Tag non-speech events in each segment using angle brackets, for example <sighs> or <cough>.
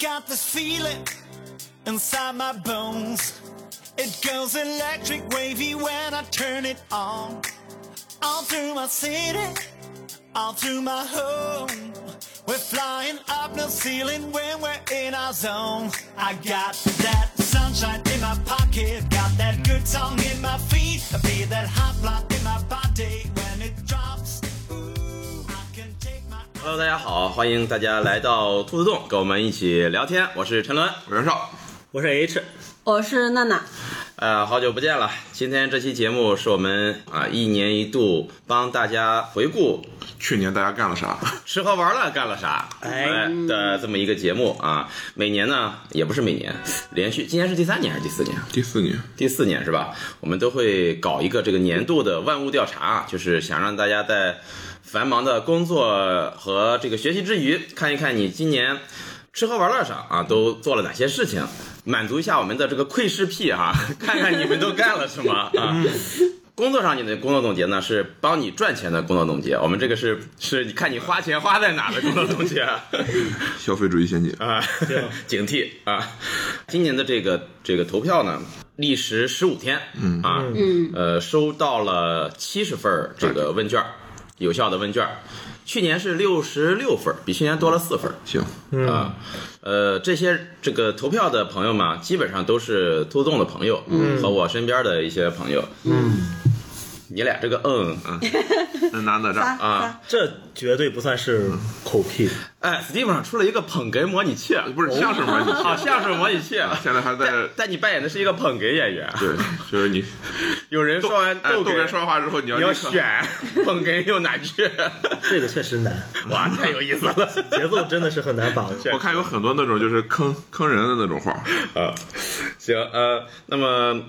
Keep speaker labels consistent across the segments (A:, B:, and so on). A: got this feeling inside my bones. It goes electric wavy when I turn it on. All through my city, all through my home. We're flying up no ceiling when we're in our zone. I got that sunshine in my pocket, got that good song in my feet, feel that hot blood in my body when it drops. Ooh, I can take my
B: Hello，大家好，欢迎大家来到兔子洞，跟我们一起聊天。我是陈伦，
C: 我袁绍，
D: 我是 H，
E: 我是娜娜，
B: 呃，好久不见了。今天这期节目是我们啊、一年一度帮大家回顾
C: 去年大家干了啥？ <laughs>
B: 吃喝玩乐干了啥，
D: 哎
B: 的这么一个节目啊。每年呢，也不是每年，连续今年是第三年还是第四年？
C: 第四年，
B: 第四年是吧？我们都会搞一个这个年度的万物调查，就是想让大家在繁忙的工作和这个学习之余，看一看你今年吃喝玩乐上啊都做了哪些事情，满足一下我们的这个窥视癖啊， <laughs> 看看你们都干了什么啊。工作上你的工作总结呢是帮你赚钱的工作总结，我们这个是是看你花钱花在哪的工作总结。
C: 消费主义陷阱。
B: 啊，警惕啊！今年的这个这个投票呢，历时十五天，嗯啊，嗯，呃，收到了七十份儿这个问卷儿，有效的问卷儿。去年是六十六份儿，比去年多了四份儿
C: 行，
B: 啊。呃，这些这个投票的朋友嘛，基本上都是兔洞的朋友，嗯，和我身边的一些朋友，嗯。你俩这个嗯，
C: 那拿哪吒
E: 啊，
D: 这绝对不算是口癖，
B: 哎，Steam 上出了一个捧哏模拟器，
C: 不是相声吗？你
B: 啊，相声模拟器，
C: 现在还在
B: 但但你扮演的是一个捧哏演员，
C: <laughs> 对，就是你
B: 有人 <laughs> 说完
C: 哎，
B: 逗
C: 豆哥
B: 哏，
C: 说完话之后，你要
B: 你要
C: 立刻
B: 选 <laughs> 捧哏又哪去？
D: 这个确实难，
B: <laughs> 哇，太有
C: <laughs>
B: 意思了！
D: 节奏真的是很难把
B: <laughs>
D: 握。
C: 我看有很多那种就是坑坑人的那种话，
B: 啊，行，呃，那么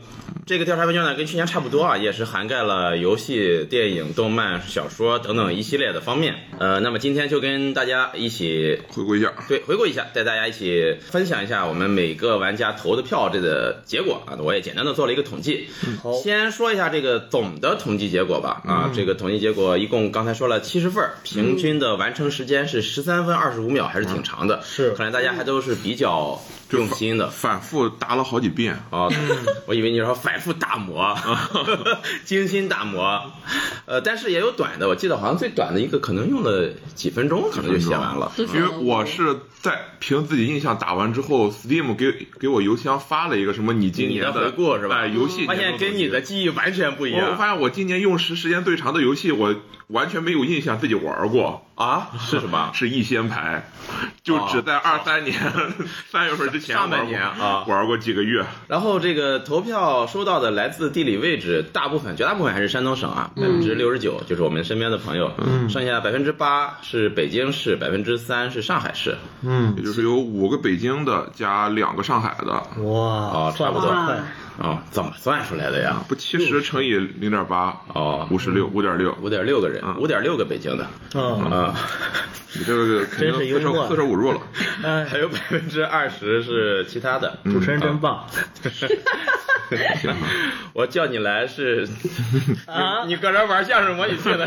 B: 这个调查问卷呢，跟去年差不多啊，也是涵盖了游戏、电影、动漫、小说等等一系列的方面。呃，那么今天就跟大家一起
C: 回顾一下，
B: 对，回顾一下，带大家一起分享一下我们每个玩家投的票这个结果啊，我也简单的做了一个统计。
D: 好
B: 先说一下这个总的统计结果吧。啊，这个统计结果一共刚才说了七十份儿，平均的完成时间是十三分二十五秒，还是挺长的。
D: 是
B: 看来大家还都是比较用心的。
C: 反复答了好几遍，
B: 啊、我以为你说反复打磨，精心打磨，呃，但是也有短的，我记得好像最短的一个可能用了几分钟，可能就写完了。
E: 因
C: 因为我是在凭自己印象打完之后，Steam 给给我邮箱发了一个什么你今年
B: 你的回顾是吧
C: 哎，游戏
B: 发现跟你的记忆完全不一
C: 年度
B: 样
C: 总结。我我发现我今年用时时间最长的游戏，我完全没有印象自己玩过，
B: <laughs> 啊！是什么？
C: 是一仙牌，就只在二三年 <laughs> 三月份之前
B: 哦上半
C: 玩过
B: 年啊
C: 玩过几个月，
B: 然后这个投票收到的来自地理位置，大部分绝大部分还是山东省啊，百分之六十九就是我们身边的朋友，剩下百分之八是北京市，百分之三是上海市。
D: 嗯，
C: 也就是有五个北京的加两个上海的，
D: 哇，
B: 啊差
D: 算
B: 不
D: 的
B: 多
D: 快，
B: 哦，怎么算出来的呀？
C: 不七十乘以零点八，
B: 哦，
C: 五十六五点六，
B: 五点六个人，五点六个北京的
D: 嗯，
B: 啊，
C: 你这个肯定
D: 真是
C: 四
D: 幽默
C: 舍四舍五
B: <laughs>
C: 入了。
D: 哎，
B: 还有百分之二十是其他的。
F: 嗯
D: 主持人真棒，
B: <laughs> 我叫你来是，
D: 啊
B: 你你搁这玩相声模拟器呢，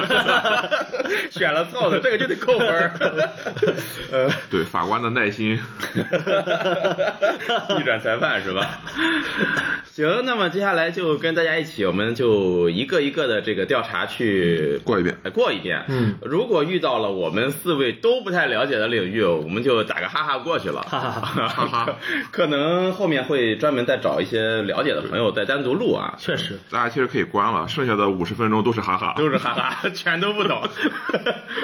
B: <laughs> 选了错的，这个就得扣分儿。 <laughs> 呃，
C: 对法官的耐心，
B: 逆转裁判是吧？行，那么接下来就跟大家一起，我们就一个一个的这个调查去
C: 过一遍
B: 呃过一遍。
D: 嗯，
B: 如果遇到了我们四位都不太了解的领域，我们就打个哈哈过去了。
D: 哈哈
B: 哈哈， <laughs> 可能后面会专门再找一些了解的朋友再单独录啊。
D: 确实，
C: 大家其实可以关了，剩下的五十分钟都是哈哈。
B: 都是哈哈，全都不 <laughs> 懂。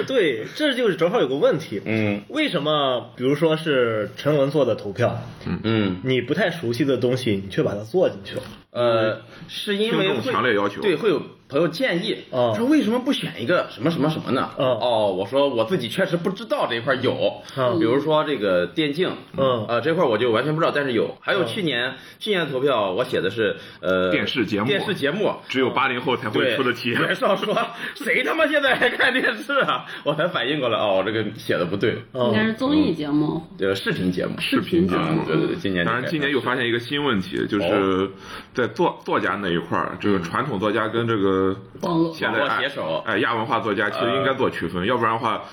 D: 对，这就是正好有个问题，
B: 嗯
D: 为什么比如说是陈文做的投票，
B: 嗯，
D: 你不太熟悉的东西，你却把它做进去了？
B: 呃，是因为
C: 嗯听众
B: 会
C: 强烈要求
B: 对，会有朋友建议，
D: 嗯
B: 说为什么不选一个什么什么什么呢？
D: 嗯
B: 哦，我说我自己确实不知道这一块有，
D: 嗯
B: 比如说这个电竞，
D: 嗯
B: 呃，这块我就完全不知道，但是有。还有去年、去年的投票，我写的是呃
C: 嗯电视节目
B: 电视节目，
C: 只有八零后才会
B: 对，
C: 出的
B: <laughs>
C: 题，
B: 袁绍说：“谁他妈现在还看电视啊？”我才反应过来，哦，我这个写的不对，
E: 应该
D: 嗯，
E: 是综艺节目、
B: 这个视频节目，
E: 视频节
B: 啊
E: 目，，
B: 对对对，今年就
C: 嗯当然，
B: 改
C: 今
B: 成
C: 年又发现一个新问题，就是在作作家那一块儿，这个传统作家跟这个和
E: 网络
C: 现在
B: 网络
C: 哎
B: 写手
C: 哎亚文化作家，其实应该做区分，要不然的话，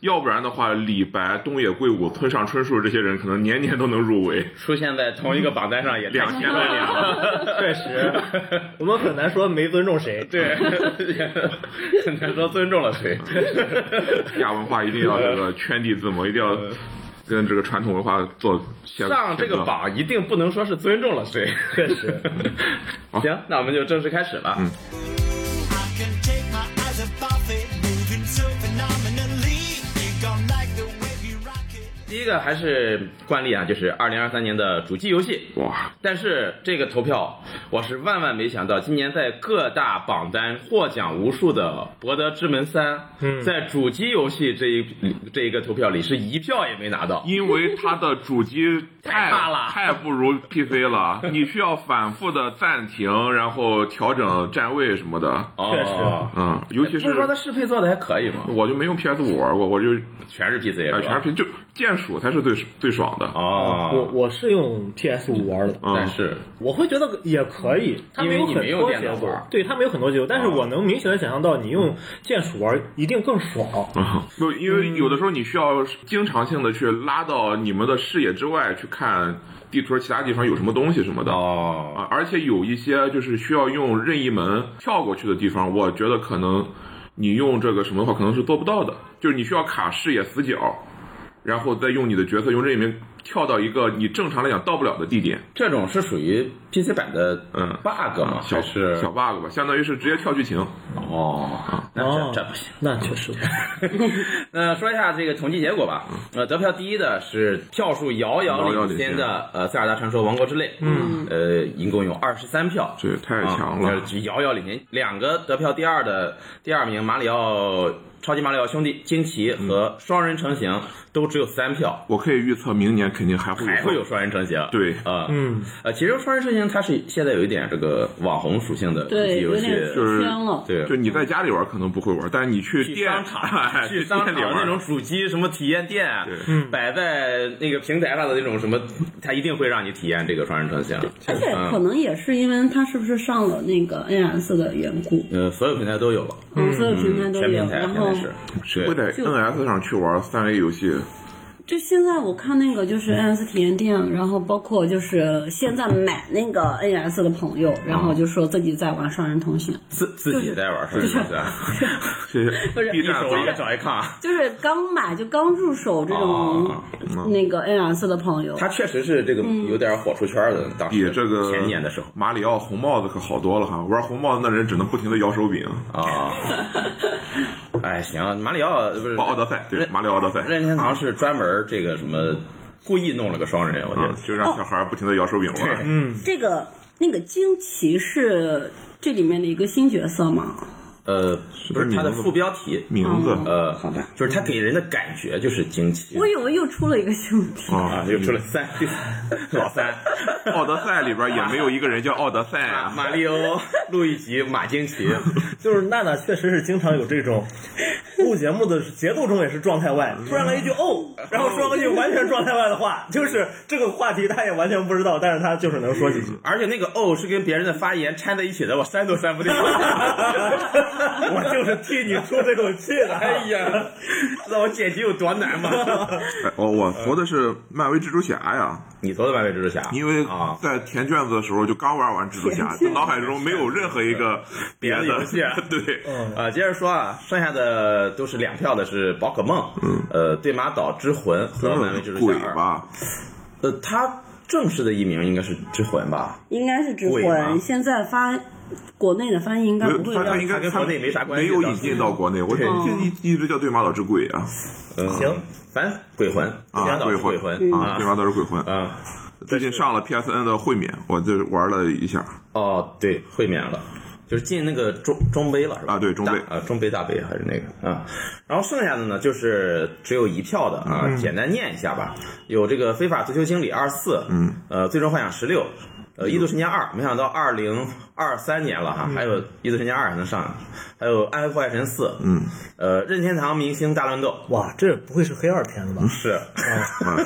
C: 要不然的话，李白、东野圭吾、村上春树这些人可能年年都能入围。
B: 出现在同一个榜单上也
C: 两千多
B: 多
C: 年
B: 年
C: 了
B: 了，
D: <laughs> 确实，我们很难说没尊重谁。
B: 对， <laughs> 很难说尊重了谁。
C: 亚文化一定要这个圈地自萌，一定要跟这个传统文化做相
B: 上这个
C: 相
B: 榜一定不能说是尊重了谁，
D: 确实。
B: <laughs> 行，那我们就正式开始了。
A: I can take my eyes off of it, moving so phenomenally. They gon' like the way we rock it.
B: 第一个还是惯例啊，就是二零二三年的主机游戏。
C: 哇，
B: 但是这个投票，我是万万没想到，今年在各大榜单获奖无数的《博德之门三》，
D: 嗯
B: 在主机游戏这一这一个投票里是一票也没拿到。
C: 因为它的主机太
B: 太大了
C: 太不如 PC
B: <laughs>
C: 了，你需要反复的暂停，然后调整站位什么的。
D: 确实
B: 哦，
C: 嗯，尤其
B: 不
C: 是
B: 是说它适配做的还可以吗？
C: 我就没用 PS 五玩过，我就
B: 全是 PC，是吧
C: 哎全是 P 就键鼠才是最最爽的。
D: 我
B: 哦，
D: 我是用 PS 五玩的，
C: 嗯
B: 但是
D: 我会觉得也可以，
B: 它
D: 因
B: 没
D: 为
B: 有
D: 有
B: 你没
D: 很
B: 有
D: 多
B: 电脑
D: 节奏
B: 玩儿，
D: 对它没有很多节奏，但是
B: 啊
D: 我能明显的想象到，你
B: 嗯
D: 用键鼠玩儿一定更爽。
C: 嗯不，因为有的时候你需要经常性的去拉到你们的视野之外去看地图其他地方有什么东西什么的。
B: 哦，
C: 啊，而且有一些就是需要用任意门跳过去的地方，我觉得可能你用这个什么的话，可能是做不到的。就是你需要卡视野死角，然后再用你的角色用任意门跳到一个你正常来讲到不了的地点，
B: 这种是属于 PC 版的
C: 嗯
B: bug 吗？
C: 小
B: 还是
C: 小嗯 bug 吧，相当于是直接跳剧情。
B: 哦，那
D: 哦
B: 这这不行。
D: 那确实，
B: 那说一下这个统计结果吧。
C: 嗯
B: 呃，得票第一的是票数遥遥领先的呃《塞尔达传说：王国之泪》，嗯，呃，一共有二十三票，
C: 这也太强
B: 啊
C: 了！
B: 这遥遥领先。两个得票第二的第二名马里奥。超级马里奥兄弟惊奇
C: 嗯
B: 和双人成型都只有三票，
C: 我可以预测明年肯定还会有
B: 还会有双人成型。
C: 对
B: 啊，
D: 嗯，
B: 呃，其实双人成型它是现在有一点这个网红属性的主
E: 对，
B: 机游
E: 有
B: 戏，
E: 点
C: 就
E: 出
C: 是
E: 圈了。
B: 对，
C: 就你在家里玩可能不会玩，但是你去
B: 去
C: 店
B: 商
C: <laughs>
B: 场、啊去商场
C: 店里玩
B: 那种主机什么体验店啊
C: 对，
B: 摆在那个平台上的那种什么，它一定会让你体验这个双人嗯成型。
E: 而且可能也是因为它是不是上了那个 NS 的缘故，
B: 呃，所有平台都有了，
E: 嗯，所有平台都
B: 全
E: 有。
B: 平台
E: 然
B: 现
E: 后
B: 在是。
C: 谁会
B: 对
C: 在
E: 就
C: NS 上去玩三 A 游戏？
E: 就现在我看那个就是 NS 体验店，然后包括就是现在买那个 NS 的朋友，然后就说自己在玩双人同行，
B: 自自己在玩双人成
E: <laughs>
B: 型，
C: 谢谢
E: 不是
C: B 站
B: 手一个找一看啊。 <laughs>
E: 就是刚买就刚入手这种
B: 啊
E: 那个 NS 的朋友，
B: 它确实是这个
E: 嗯
B: 有点火出圈的，当
C: 比
B: 时
C: 这个
B: 啊前年的时候
C: 马里奥红帽子可好多了哈。玩红帽子那人只能不停的摇手柄，
E: <laughs>
B: 啊。哎，行，马里奥不是
C: 不奥德赛对
B: 任
C: 马里奥奥德赛，
B: 任天堂是专门这个什么故意弄了个双人，我觉
C: 嗯
B: 得，
C: 就让小孩不停的摇手柄
B: 啊 <laughs>
C: 玩。
E: 这个那个惊奇是这里面的一个新角色吗？
B: 呃，不是它的
C: 名字
B: 副标题
C: 名字
E: 哦
B: 呃，
E: 好吧，
B: 就是它给人的感觉就是惊奇
E: 我以为又出了一个新问题。
B: 啊，
C: 啊，
B: 又出了哦三 <laughs> 老三，
C: <laughs> 奥德赛里边也没有一个人叫奥德赛啊。
B: 马里欧、路易吉、马惊奇，
D: <laughs> 就是娜娜确实是经常有这
G: <laughs>
D: 种，录节目的节奏中也是状态外，
G: 嗯
D: 突然来一句哦，然后说了一句完全状态外的话，就是这个话题她也完全不知道，但是她就是能说几句。 <laughs>
B: 而且那个哦是跟别人的发言掺在一起的，我删都删 <laughs> 不掉。我就是替你出这口气的，哎呀，知道我剪辑有多难 <laughs> 吗？
C: 哎 <laughs> 哦，我投的是漫威蜘蛛侠呀，
B: 你投的漫威蜘蛛侠，
C: 因为
B: 啊。
C: 在填卷子的时候就刚玩完蜘蛛侠，脑海中没有任何一个别
B: <laughs> 别的游戏啊
C: <laughs> 对，
B: 呃，接着说啊，剩下的都是两票的是宝可梦，呃，对马岛之魂和漫威蜘蛛
C: 鬼
B: 侠二。
C: 吧？
B: 呃，它正式的译名应该是之魂吧？
E: 应该是指啊
B: 贵吗
E: 魂，现在发国内的翻译应该不会
C: 他他
E: 让
C: 应该
B: 它跟国内没啥关系
C: 没有引进到国内。我记
B: 对
C: 得一一直叫对马岛之鬼啊，
B: 嗯
D: 行，
B: 反正鬼魂，
C: 啊，
B: 香岛
C: 鬼
B: 是鬼
C: 魂
B: 魂
C: 啊，对马岛是鬼魂。
B: 啊，
C: 最近上了 PSN 的会免，我就玩了一下。
B: 哦，对，会免了。就是进那个中中杯了是吧？
C: 啊对中杯
B: 大啊，中杯大杯还是那个啊，然后剩下的呢就是只有一票的啊，
C: 嗯
B: 简单念一下吧。有这个非法足球经理二四，嗯，呃，最终幻想十六，呃，《异度神剑二》，没想到二零二三年了哈，
C: 嗯
B: 还有《异度神剑二》还能上，还有《暗黑破坏神四》，嗯，呃，《任天堂明星大乱斗
G: 哇，这不会是黑二片子吧？》
B: 是，
C: 哦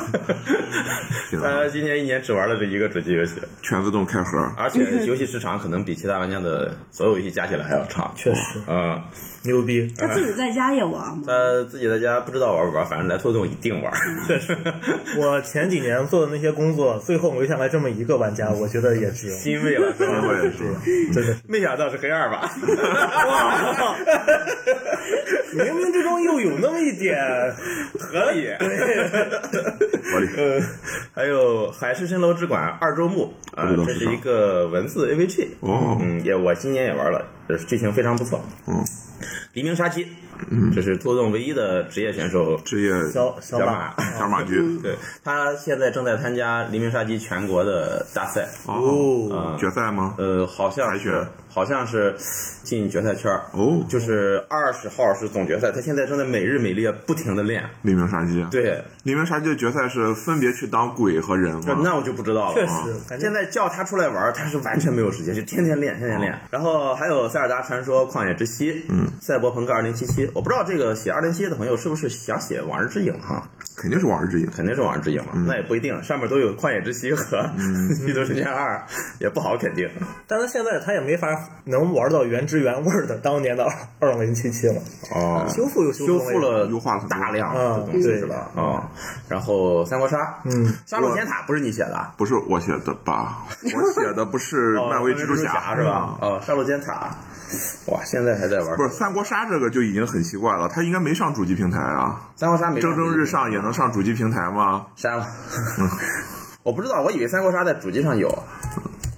B: <laughs>
C: 行
B: 大家今年一年只玩了这一个主机游戏，
C: 全自动开盒，
B: 而且游戏时长可能比其他玩家的所有游戏加起来还要长，
G: 确实
B: 嗯，
G: 牛逼，
E: 他自己在家也玩嘛。
B: 他自己在家不知道玩不玩，反正来拖动一定玩。确实，
G: 我前几年做的那些工作，最后留下来这么一个玩家，我觉得也值。
B: 欣慰了，真的
C: 我也是。
G: 真的是，
B: <laughs> 没想到是黑二吧？
G: 冥冥之中又有那么一点，
B: <laughs> 合理。
C: 合理。
B: 呃，还有《海市蜃楼之馆》二周目啊、
C: 不知道
B: 这
C: 是啥
B: 是一个文字 AVG。
C: 哦
B: 嗯，也我今年也玩了，就是剧情非常不错。
C: 嗯，
B: 黎明杀机，嗯，这是拖动唯一的职业选手
C: 职业
G: 小小
B: 小
G: 马
B: 马。
C: 小马驹
B: 对他现在正在参加黎明杀机全国的大赛，
C: 哦，决赛吗？
B: 呃，好像
C: 海
B: 是
C: 选
B: 好像是进决赛圈儿
C: 哦
B: 就是二十号是总决赛，他现在正在每日每夜不停的练。
C: 黎明杀机，，啊
B: 对，
C: 黎明杀机的决赛是分别去当鬼和人吗？
B: 那我就不知道了。啊
G: 确实，感觉
B: 现在叫他出来玩儿，他是完全没有时间，就天天练，天天
C: 哦
B: 练。然后还有《塞尔达传说：旷野之息》，嗯，《赛博朋克2077》，我不知道这个写2077的朋友是不是想写《往日之影》哈，
C: 肯定是往日之影。
B: 肯定是《往日之影》了，
C: 嗯
B: 那也不一定，上面都有《旷野之息》和 <laughs> 《异度神剑二》，也不好肯定。
G: 但是现在他也没法能玩到原汁原味儿的当年的二二零零七七了，
B: 哦
G: 修复又修
B: 修
G: 复
B: 复了
C: 优化了很多
B: 大量
G: 嗯
B: 的东西
G: 对
B: 是吧？啊，然后三国杀，嗯，杀戮尖塔不是你写的。哦
C: 不是我写的吧？我写的不是漫威蜘蛛侠嗯
B: 是？吧？哦，杀戮尖塔，哇，现在还在玩
C: 不。是三国杀这个就已经很奇怪了，它应该没上主机平台啊。
B: 三国杀没
C: 蒸蒸日上也能上主机平台吗？
B: 删了。 <laughs> 我不知道，我以为三国杀在主机上有，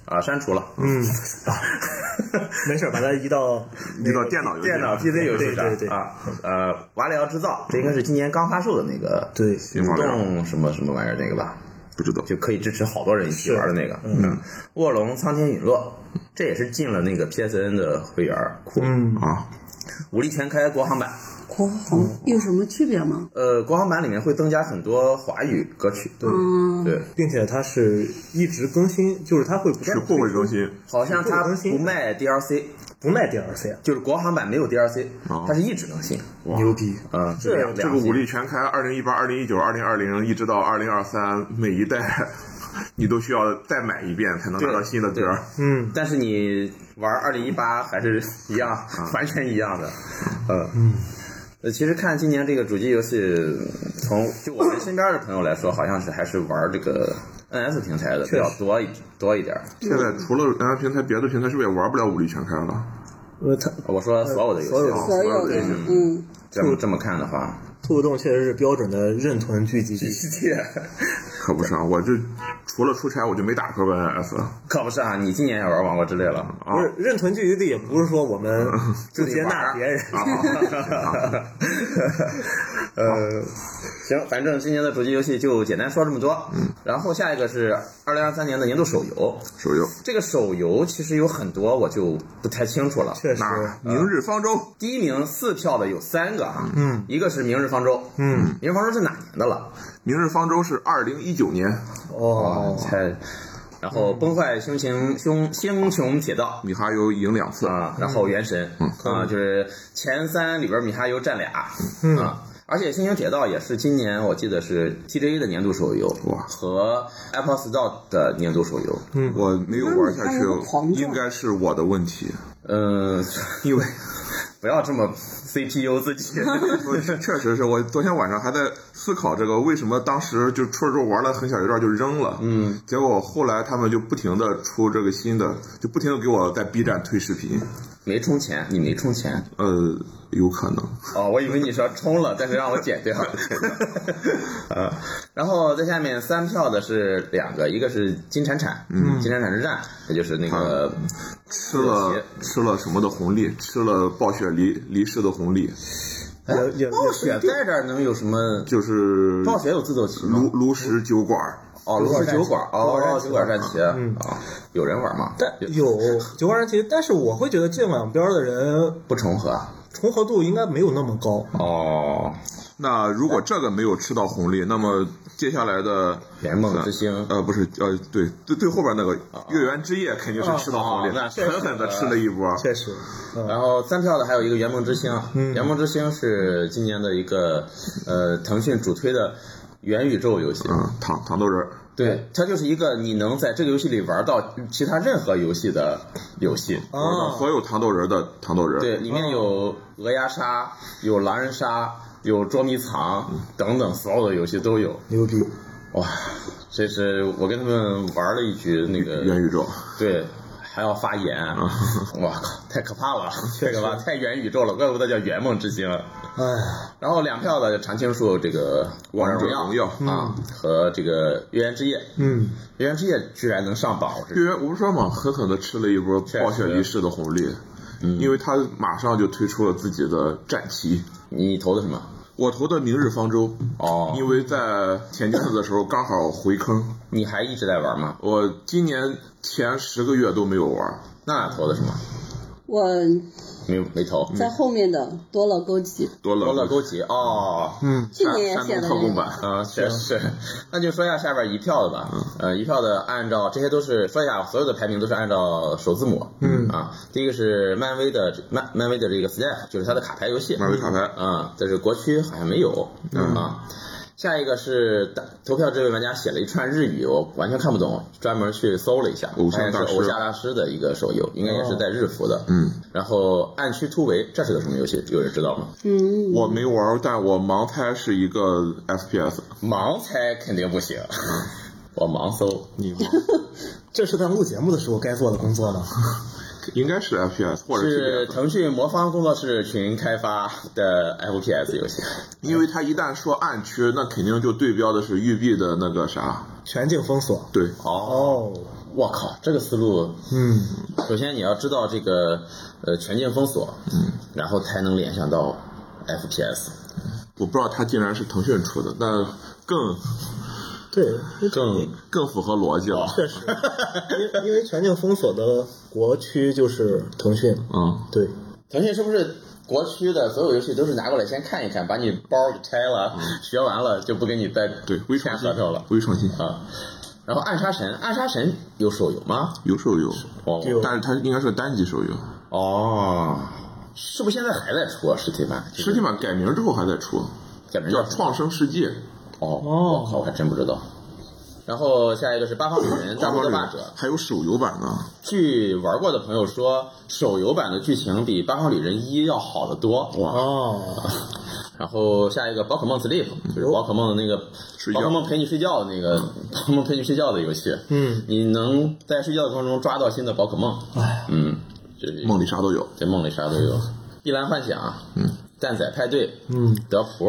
B: 啊，删除了。
G: 嗯，啊， <laughs> 没事儿，把它移
C: <laughs>
G: 到
C: 你到电脑游戏，
B: 电脑 PC 游戏上
G: 对对对
B: 啊，呃，瓦里奥制造，这应该是今年刚发售的那个
G: 对
B: 主动什么什么玩意儿那个吧，
C: 不知道。
B: 就可以支持好多人一起玩的那个。嗯，卧龙苍天陨落，这也是进了那个 PSN 的会员库。嗯，
C: 啊，
B: 武力全开国行版，
E: 国行有什么区别吗？
B: 呃，国行版里面会增加很多华语歌曲。对
E: 嗯，
B: 对，
G: 并且它是一直更新，就是它会不断
C: 是
G: 地
C: 不会更新，
B: 好像它
G: 更新
B: 不卖 DLC，
G: 不卖 DLC，
B: 就是国行版没有 DLC，
C: 哦
B: 它是一直更新。
G: 牛逼！
B: 嗯，
C: 这
B: 两
C: 这
B: 两
C: 个武力全开，二零一八、二零一九、二零二零一直到二零二三，每一代 <laughs> 你都需要再买一遍才能拿到新的歌。
B: 嗯，但是你玩二零一八还是一样，完全一样的，嗯。呃，其实看今年这个主机游戏，从就我们身边的朋友来说，好像是还是玩这个 NS 平台的比较多一多一点儿。
C: 现在除了人家平台，别的平台是不是也玩不了武力全开了？哦
G: 呃，它
B: 我说所有的游戏，啊，
E: 所有的，嗯，
B: 这么这么看的话，
G: 兔子洞确实是标准的认屯聚集地，
C: 可不是啊，我这除了出差，我就没打过 NS。
B: 可不是啊！你今年也玩王国之泪了，
G: <laughs> 不是认屯聚集地，也不是说我
C: <laughs>
G: 们就接纳别人，
C: 啊
B: 啊 <laughs> 呃，行，反正今年的主机游戏就简单说这么多。然后下一个是二零二三年的年度手游，
C: 手游，
B: 这个手游其实有很多，我就不太清楚了。
G: <laughs> 确实
E: 啊
C: 那明日方舟
B: 第一名四票的有三个啊，嗯，一个是《明日方舟》，嗯，《明日方舟》是哪年的了？
C: 《明日方舟》是二零一九年，
G: 哦，
B: 才，然后《崩坏星穹星星穹铁道
C: 米哈游赢两》次，
B: 啊，然后《原神》啊，就是前三里边米哈游占俩，啊。而且《星穹铁道》也是今年我记得是 TGA 的年度手游，
C: 哇嗯
B: 和 Apple Store 的年度手游。
C: 我没有玩下
E: 嗯那你还有个狂
C: 去，
E: 热
C: 应该是我的问题，
B: <laughs> 嗯，
C: 因为
B: 不要这么 CPU 自己。
C: 我确实是我昨天晚上还在思考这个为什么当时就出了之后玩了很小一段就扔了，嗯，结果后来他们就不停的出这个新的，就不停的给我在 B 站推视频，
B: 没充钱，你没充钱
C: 呃，有可能
B: 哦，我以为你说充了，但是让我剪 <laughs> 掉。呃，然后在下面三票的是两个，一个是金铲铲，嗯，金铲铲之战，也就是那个
C: 吃了吃了什么的红利，吃了暴雪离离世的红利，
G: 也也
B: 暴
C: 哦
B: 雪在这儿能有什么？
C: 就是
B: 暴雪有自走棋吗
C: 炉？炉石酒馆儿，
B: 哦，炉石酒馆，哦，酒馆战棋，啊，有人玩吗？
G: 但有九万人其实，但是我会觉得这两边的人
B: 不重合。
G: 重合度应该没有那么高。
B: 哦，
C: 那如果这个没有吃到红利，那么接下来的
B: 圆梦之星
C: 呃，不是，呃，对，对，对，后边那个月圆之夜肯定是吃到红利，
B: 啊哦哦那
C: 狠狠的吃了一波。
G: 确实，嗯，
B: 然后三票的还有一个圆梦之星，啊圆梦之星是今年的一个呃腾讯主推的元宇宙游戏，
C: 嗯，糖糖豆人儿，
B: 对，它就是一个你能在这个游戏里玩到其他任何游戏的游戏。
C: 我知道呃
G: 啊
C: 所有糖豆人儿的糖豆人儿，
B: 哦对，里面有鹅鸭杀，有狼人杀，有捉迷藏等等，所有的游戏都有。
G: 牛逼，
B: 哇，这是我跟他们玩了一局那个
C: 元宇宙，啊
B: 对，还要发言，哇靠，太可怕了，太可怕，太元宇宙了，怪不得叫圆梦之星。
G: 哎呀，
B: 然后两票的常青树这个王者
C: 王
B: 荣
C: 者
B: 耀
C: 荣耀
B: 啊，和这个月圆之夜，
G: 嗯，
B: 月圆之夜居然能上榜，我
C: 月
B: 这
C: 圆我不说嘛，狠狠的吃了一波
B: 确实嗯
C: 暴雪离世的红利，因为他马上就推出了自己的战旗。
B: 你投的什么？
C: 我投的明日方舟，
B: 哦，
C: 因为在前阵子的时候刚好回坑，
B: 你还一直在玩吗？
C: 我今年前十个月都没有玩。
B: 那投的什么？
E: 我
B: 没没投。
E: 在后面的多了勾几，
C: 多
B: 罗勒
C: 了
B: 勾集哦，嗯，
E: 去年也
C: 山
E: 写
C: 东
E: 的
C: 特
E: 那
C: 供版
E: 个，
B: 啊，确实，那就说一下下边一票的
C: 嗯
B: 吧。呃，一票的按照这些都是说一下，所有的排名都是按照首字母。嗯啊，第一个是漫威的漫漫威的这个 Snap，就是它的卡牌游戏。
C: 漫威卡牌嗯
B: 啊，但是国区好像没有啊。下一个是打投票这位玩家写了一串日语，我完全看不懂，专门去搜了一下，
C: 偶
B: 发现
C: 像
B: 是
C: 大师哦
B: 偶像大师的一个手游，应该也是在日服的。嗯，然后暗区突围，这是个什么游戏？有人知道吗？
E: 嗯，
C: 我没玩，但我盲猜是一个 FPS。
B: 盲猜肯定不 <laughs> 行，我盲搜。
G: 你
B: <laughs>
G: 妈，这是在录节目的时候该做的工作吗？
C: 应该是 FPS 或者
B: 是
C: TPS，
B: 腾讯魔方工作室群开发的 FPS 游戏，
C: 因为他一旦说暗区，那肯定就对标的是育碧的那个啥，
G: <laughs> 全境封锁，
C: 对，
G: 哦，
B: 我靠，这个思路，
G: 嗯，
B: 首先你要知道这个呃全境封锁，嗯，然后才能联想到 FPS，
C: 我不知道他竟然是腾讯出的，那更
G: 对，
B: 更
C: 更符合逻辑
B: 哦
C: 了。
G: 确实，因为因为全境封锁的国区就是腾讯，
B: 啊
C: 嗯，
G: 对，
B: 腾讯是不是？国区的所有游戏都是拿过来先看一看，把你包给拆了，学完了就不给你再
C: 对，微创
B: 签
C: 新
B: 合同了
C: 微创新
B: 啊。然后暗杀神，暗杀神有手游吗？
C: 有手游，
B: 哦
G: 有
C: 但是它应该是单机手游，
B: 哦，是不是现在还在出啊？实体版？
C: 实体版改名之后还在出，
B: 改名
C: 叫
B: 叫
C: 《
B: 什么
C: 创生世界》。
B: 哦，
G: 哦
B: 我靠，我还真不知道。然后下一个是八方旅人大
C: 大
B: 陆
C: 多
B: 的
C: 人
B: 霸啊者，
C: 还有手游版呢，
B: 据玩过的朋友说，手游版的剧情比八方旅人一要好得多。哇！
G: 哦，
B: 然后下一个宝可梦 Sleep，就是宝可梦的那个
C: 睡觉
B: 宝可梦陪你睡觉的那个宝可梦陪你睡觉的游戏。
G: 嗯，
B: 你能在睡觉的过程中抓到新的宝可梦。嗯，就是
C: 梦里啥都有。
B: 在梦里啥都有，碧蓝幻想，嗯，蛋仔派对，嗯，德扑，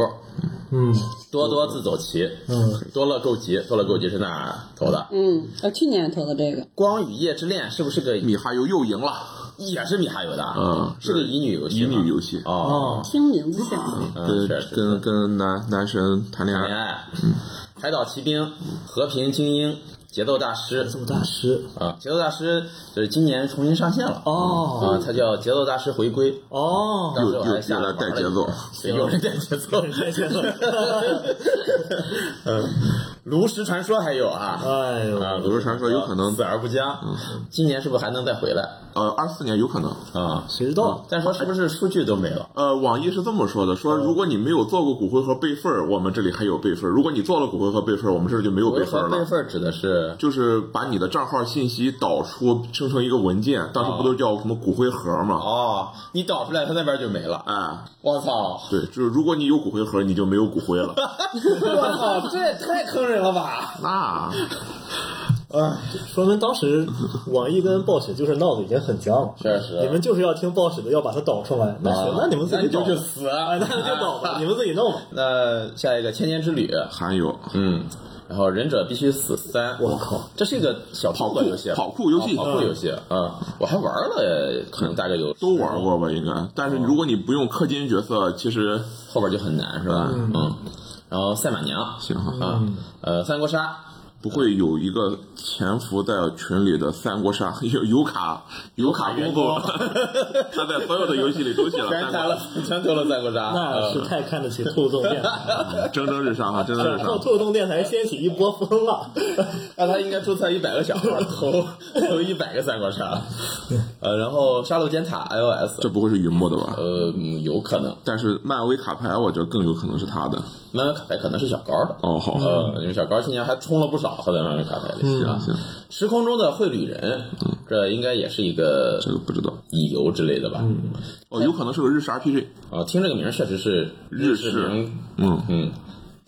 G: 嗯，
B: 多多自走棋，
G: 嗯，
B: 多乐购集，多乐购集是哪投的？
E: 嗯，我去年投的这个，
B: 光与夜之恋是不是个
C: 米哈游又赢了，
B: 也是米哈游的？啊
C: 嗯
B: 是个乙女游戏
C: 乙
B: 吗，
C: 女游戏，
B: 哦，
E: 听名字像，
B: 嗯，
C: 跟
B: 是是
C: 跟跟男男神谈恋
B: 恋
C: 爱，
B: 爱，海岛奇兵，和平精英，节奏大师，
G: 这么大师，
B: 啊，节奏大师就是今年重新上线了，
G: 哦
B: 啊，它叫节奏大师回归，
G: 哦，
B: 当时我
C: 有
B: 还下
C: 有
B: 了
C: 人带
B: 玩了
C: 节
B: 一
C: 奏
B: 会儿
C: <laughs>
B: 有人带节奏，带节奏。 <laughs> 嗯，炉石传说还有啊，
G: 哎呦，
B: 啊，
C: 炉石传说有可能嗯
B: 死而不僵，今年是不是还能再回来
C: 呃，二四年有可能。
B: 啊？
G: 谁知道？
B: 再说是不是数据都没了？
C: 呃，网易是这么说的：
B: 嗯
C: 说如果你没有做过骨灰盒备份儿，我们这里还有备份儿；如果你做了骨灰盒备份儿，我们这里就没有备
B: 回
C: 份儿
B: 合备
C: 了。
B: 份指的是
C: 就是把你的账号信息导出，生成一个文件，当时不都叫什么骨灰盒吗？
B: 哦，你导出来它那边就没了。
C: 哎，
B: 我操！
C: 对，就是如果你有骨灰盒，你就没有骨
B: <laughs>
C: 灰了。
B: 我操！这也太坑人了吧！
C: 那
F: 啊
G: 说明当时网易跟暴雪就是闹得已经很僵了。
B: 确实
G: 你们就是要听暴雪的，要把它导出来。那行，那你们自
B: 那
G: 己
B: 你就
G: 导
B: 去死啊！
G: 哎，那就导吧，你们自己弄吧。
B: 那下一个《千年之旅》，
C: 还有
B: 嗯，然后忍者必须死三，
G: 我靠，
B: 这是一个小跑酷游戏，
C: 跑酷游戏嗯
B: 啊跑酷游戏啊、我还玩了，可能大概有
C: 都玩，过吧？应该。但是如果你不用氪金角色，其实
B: 后边就很难是吧？嗯，然后赛马娘
C: 行哈
B: 啊，呃，三国杀。
C: 不会有一个潜伏在群里的三国杀 <laughs> 有有卡有卡工作， <laughs> 他在所有的游戏里都写
B: <laughs>
C: 了
B: 全
C: 三
B: 杀
C: 国
B: 了，全投了三国杀，
F: 那是
B: 嗯
F: 太看得起兔动电台了。
C: 杀，蒸蒸日上哈，蒸蒸日
F: 然后
C: 上。
F: 兔动电台掀起一波风啊浪，
B: 那他应该注册一百个小号，投投一百个三国杀，呃，然后杀戮尖塔 iOS，
C: 这不会是云墨的吧？
B: 呃，嗯有可能，
C: 但是漫威卡牌，我觉得更有可能是他的。
B: 漫威卡牌可能是小高的，
C: 哦，好，
F: 嗯
B: 呃，因为小高今年还充了不少，他在漫威卡牌里。是吧
C: 啊行，
B: 时空中的绘旅人，这应该也是一个
C: 这个不知道。
B: 乙游之类的吧？
C: 哦，有可能是个日式 RPG。
B: 啊，听这个名儿确实是
C: 日
B: 式
C: 式
B: 名，
C: 嗯，
B: 嗯，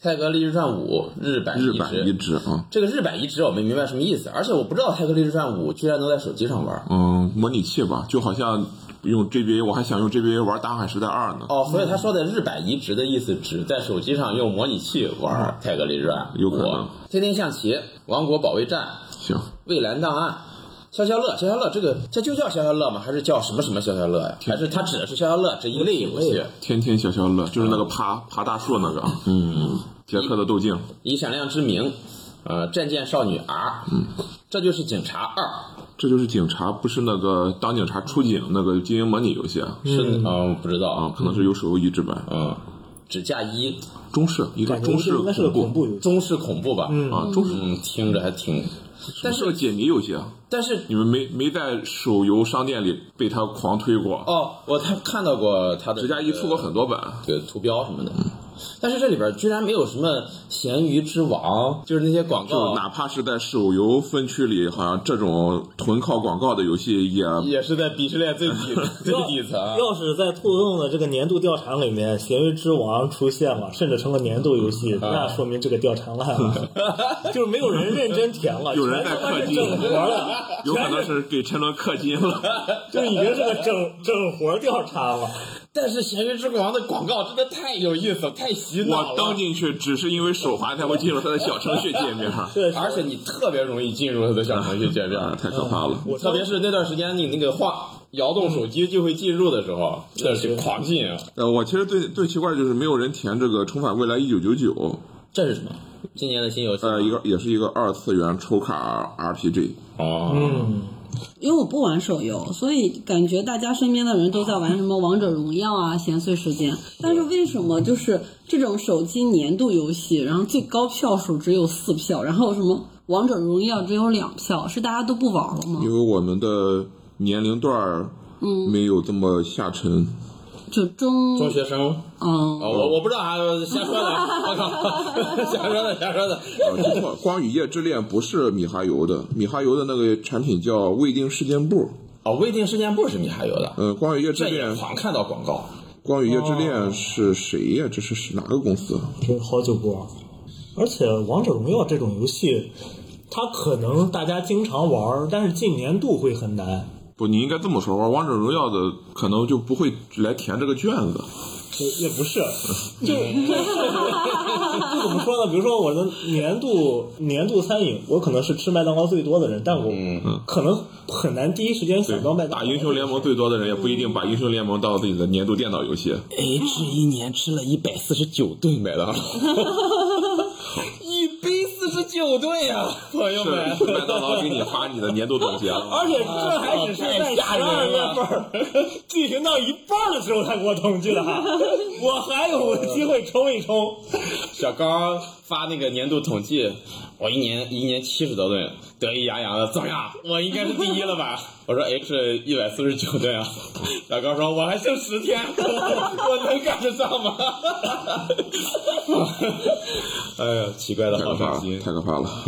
B: 泰格利日传五日
F: 哎
B: 版
C: 日
B: 移
C: 版
B: 植
C: 移植啊，
B: 这个日版移植我没明白什么意思，而且我不知道《泰格利日传五》居然能在手机上玩。
C: 嗯，模拟器吧，就好像用 GBA，我还想用 GBA 玩《大航海时代二》呢。
B: 哦，所以他说的日版移植的意思，只在手机上用模拟器玩《泰格利日传五》，
C: 有可能
B: 天天象棋、王国保卫战、
C: 行，
B: 蔚蓝档案。消消乐，消消乐，这个这就叫消消乐吗？还是叫什么什么消消乐呀？还是它指的是消消乐这一类游戏？
C: 天天消消乐，就是那个爬爬大树那个。嗯，杰克的斗镜，
B: 以闪亮之名，呃，战舰少女 R，这就是警察二，
C: 这就是警察，不是那个当警察出警那个经营模拟游戏啊，
B: 是嗯，不知道
C: 啊
B: 啊，
C: 可能是有手游移植版，
B: 嗯，指甲一，
C: 中式一个
F: 感觉
C: 中式
F: 应该是个恐怖游戏。
B: 中式恐怖吧？嗯
C: 啊，中式，
B: 嗯，听着还挺，但
C: 但是
B: 是
C: 个解谜游戏啊，
B: 但是
C: 你们没没在手游商店里被他狂推过？
B: 哦，我他看到过他的
C: 指甲一出过很多版，
B: 这个图标什么的。但是这里边居然没有什么咸鱼之王，就是那些广
C: 就
B: 告，
C: 哪怕是在手游分区里，好像这种纯靠广告的游戏也
B: 也是在鄙视链最
C: <laughs>
B: 底最底层啊。
F: 要是在兔动的这个年度调查里面，《咸鱼之王》出现了，甚至成了年度游戏，那说明这个调查烂了，就是没有人认真填了，
C: 有人在
F: 全他妈是
C: 氪金
F: 整活了，
C: 有可能是给沉沦氪金
B: <laughs>
C: 了。
F: 就已经是个整整活调查 <laughs> 了。
B: 但是咸鱼之王的广告真的太有意思了，太洗脑
C: 我
B: 了
C: 登。进去只是因为手滑才会进入他的小程序界
B: <laughs>
C: 面，
F: 对，
B: 而且你特别容易进入他的小程序界面，
C: 啊，太可怕了。
F: 我
B: 特别是那段时间你那个晃摇动手机就会进入的时候，
C: 嗯
B: 这是狂进啊！
C: 呃，我其实最最奇怪的就是没有人填这个《重返未来一九九九》，
B: 这是什么？今年的新游戏吗
C: 呃，一个也是一个二次元抽卡 RPG，
B: 哦，
E: 因为我不玩手游，所以感觉大家身边的人都在玩什么王者荣耀啊、闲碎时间。但是为什么就是这种手机年度游戏，然后最高票数只有四票，然后什么王者荣耀只有两票，是大家都不玩了吗
C: 因？为我们的年龄段儿
B: 嗯
C: 没有这么下沉，
E: 就中
B: 中学生
E: 嗯 <laughs>
B: 哦，我我不知道啊，瞎说的，我靠，瞎说的，瞎说的。
C: 啊，记错了，《光与夜之恋》不是米哈游的，米哈游的那个产品叫未定事件簿。
B: 哦，未定事件簿是米哈游的，
C: 呃，《光与夜之
B: 这
C: 恋
B: 也》，狂看到广告。
C: 《光与夜之恋》是谁呀？这是哪个公司？啊
F: 真好久不玩。而且《王者荣耀》这种游戏，它可能大家经常玩，但是进年度会很难。
C: 不，你应该这么说，玩《王者荣耀》的可能就不会来填这个卷子。
F: 也也不 <laughs> 是，就 <laughs> 就怎么说呢？比如说我的年度年度餐饮，我可能是吃麦当劳最多的人，但我可能很难第一时间想到麦当劳。
C: 打英雄联盟最多的人也不一定把英雄联盟当自己的年度电脑游戏。
B: H 哎一年吃了一百四十九顿麦当劳，一杯四十九顿呀，朋友们。 <laughs>
C: 是麦当劳给你发你的年度总结了吗。
F: 而且这还只是在十二月份儿进行到一半儿的时候才给我统计的 <laughs> 哈，我还有机会冲一冲。
B: 小高发那个年度统计，我一年一年七十多顿，得意洋洋的，怎么样？我应该是第一了吧？我说 H 一百四十九顿啊，小高说我还剩十天， <laughs> 我能赶得上吗？ <laughs> 哎呀，奇怪的
C: 太
B: 好
C: 可怕
B: 胜
C: 了，
B: 心。
C: 太可怕了！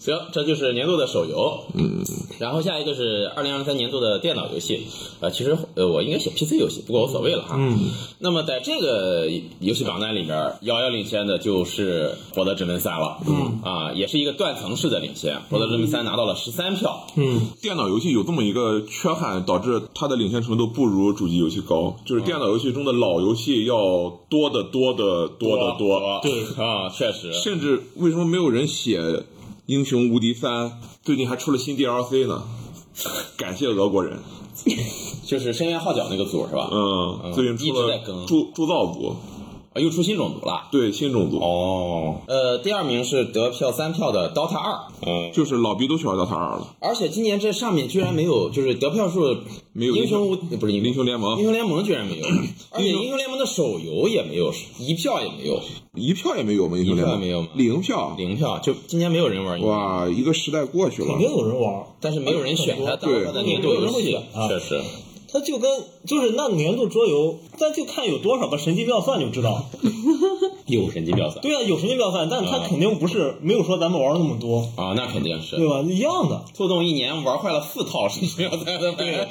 B: 行，这就是年度的手游。嗯，然后下一个是二零二三年度的电脑游戏。呃，其实呃，我应该写 PC 游戏，不过无所谓了哈。嗯。那么在这个游戏榜单里边，遥遥领先的就是《博德之门三》了。嗯。啊，也是一个断层式的领先，《博德之门三》拿到了十三票。
F: 嗯，
C: 电脑游戏有这么一个缺憾，导致它的领先程度不如主机游戏高，
B: 嗯
C: 就是电脑游戏中的老游戏要多得多的多得多。
B: 对啊，确实。
C: 甚至为什么没有人写《英雄无敌三》？最近还出了新 DLC 呢， <laughs> 感谢俄国人。
B: 就是深渊号角那个组是吧？
C: 嗯，最近
B: 一
C: 出
B: 直
C: 了
B: 在更
C: 铸铸造组，
B: 啊，又出新种族了。
C: 对新种族，
B: 哦，呃，第二名是得票三票的 DOTA 二，嗯，
C: 就是老逼都喜欢到他二了。
B: 而且今年这上面居然没有，就是得票数
C: 没有
B: 英雄无
C: 英雄
B: 不是英雄
C: 英雄联盟
B: 英雄联盟嗯居然没有，而且英雄联盟的手游也没有，一票也没有，
C: 一票也没有吗？英雄联盟
B: 一票也没有吗
C: 零票。
B: 嗯零票，就今年没有人玩英雄，
C: 哇，一个时代过去了
F: 肯，定有人玩儿。
B: 但是没有人选它当
C: 对
B: 它的年度游戏
F: 没有人会选，啊
B: 确实，
F: 它就跟就是那年度桌游，咱就看有多少个神级妙算就知道。
B: 有神级票赛
F: 对啊，有神级妙算，但它
B: 啊
F: 肯定不是没有说咱们玩儿那么多，
B: 啊，那肯定
F: 对
B: 是。
F: 吧？一样的。
B: 拖动一年玩坏了四套神级票赛的 <laughs> 对，
F: 而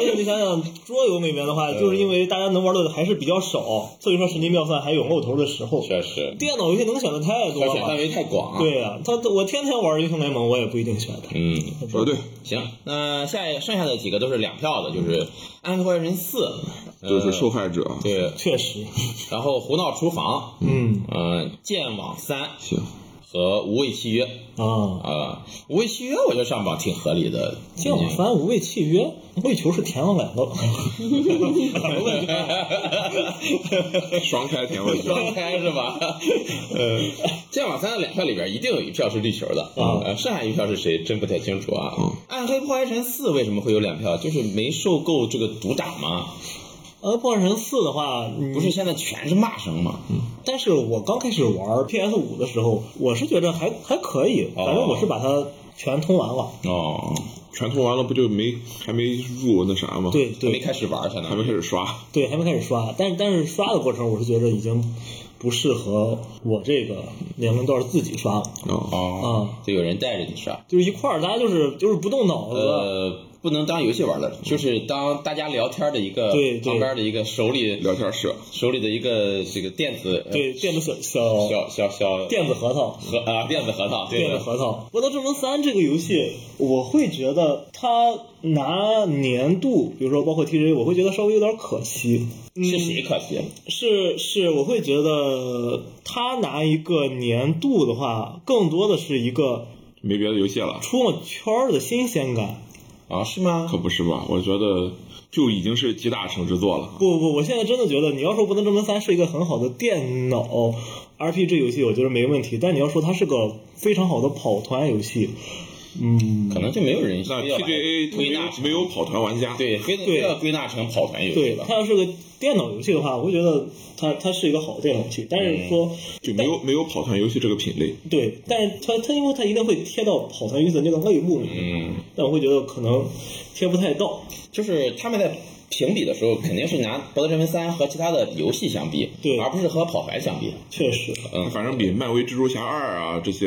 F: 且你想想，桌游里面的话，就是因为大家能玩的还是比较少，所以说神级妙算还有露头的时候。
B: 确实，
F: 电脑游戏能选的太多
B: 而且范
F: 了。
B: 围太广啊。，
F: 对呀、他我天天玩英雄联盟，我也不一定选它。
B: 嗯，
C: 呃，对，
B: 行，那下一剩下的几个都是两票的，就是《暗黑人四》，
C: 就是
B: 呃
C: 受害者。
B: 对，
F: 确实，
B: 然后《胡闹厨房》，
F: 嗯
B: 嗯，《剑网三》
C: 行，
B: 和《无畏契约》
F: 啊，
B: 啊，《无畏契约》我觉得上榜挺合理的，
F: 剑网三无畏契约，为求是田王来 <laughs> 的。
C: <laughs> 双开田我觉
B: 双开是吧？呃，剑网三的两票里边一定有一票是绿球的，
C: 嗯
F: 啊
B: 呃，剩下一票是谁真不太清楚啊。暗黑破坏神四为什么会有两票？就是没受够这个毒打吗？
F: 呃，破坏神四的话，你
B: 不是现在全是骂声吗？
C: 嗯
F: 但是我刚开始玩 PS 五的时候，我是觉得还还可以，
B: 哦
F: 反正我是把它全通完了。
B: 哦，
C: 全通完了不就没还没入那啥吗？，
F: 对
B: 还没
F: 对
B: 开始玩，相
C: 还
B: 当
C: 没
B: 于
C: 开始刷。
F: 对，还没开始刷，但是但是刷的过程，我是觉得已经不适合我这个年龄段自己刷了。
C: 啊，
B: 哦，就有人带着你刷。
F: 就是一块儿，大家就是就是不动脑子。
B: 呃，不能当游戏玩了，就是当大家聊天的一个
F: 嗯对对
B: 旁边的一个手里
C: 聊天室，
B: 手里的一个这个电子呃
F: 对，电子小
B: 小
F: 小
B: 小小
F: 电子核桃，
B: 核啊电子核桃，对
F: 电子
B: 的，
F: 核桃。《博德之门三》这个游戏，我会觉得它拿年度，比如说包括 TJ，我会觉得稍微有点可惜。嗯
B: 是谁可惜？
F: 是是，我会觉得他拿一个年度的话，更多的是一个
C: 没别的游戏了，
F: 出了圈儿的新鲜感。
B: 啊，是吗
C: 可？不是吧？我觉得就已经是集大成之作了。
F: 不不不，我现在真的觉得，你要说《不能证明三》是一个很好的电脑 RPG 游戏，我觉得没问题。但你要说它是个非常好的跑团游戏，嗯，
B: 可能就没有人
C: 那
B: 非要把它
C: TGA
B: 归纳
C: 没有没有跑团玩家，，
B: 对，非得非要归纳成跑团游戏
F: 对，
B: 吧
F: 它？要是个电脑游戏的话，我会觉得它它是一个好的电脑游戏。但是说，
C: 嗯就没有没有跑团游戏这个品类。
F: 对，但是它它因为它一定会贴到跑团游戏的那个类目里面，
B: 嗯，
F: 但我会觉得可能贴不太到。
B: 就是他们在评比的时候，肯定是拿《博德之门三》和其他的游戏相比，
F: 对
B: 而不是和跑团相比。
F: 确实
B: 嗯，
C: 反正比漫威蜘蛛侠二啊这些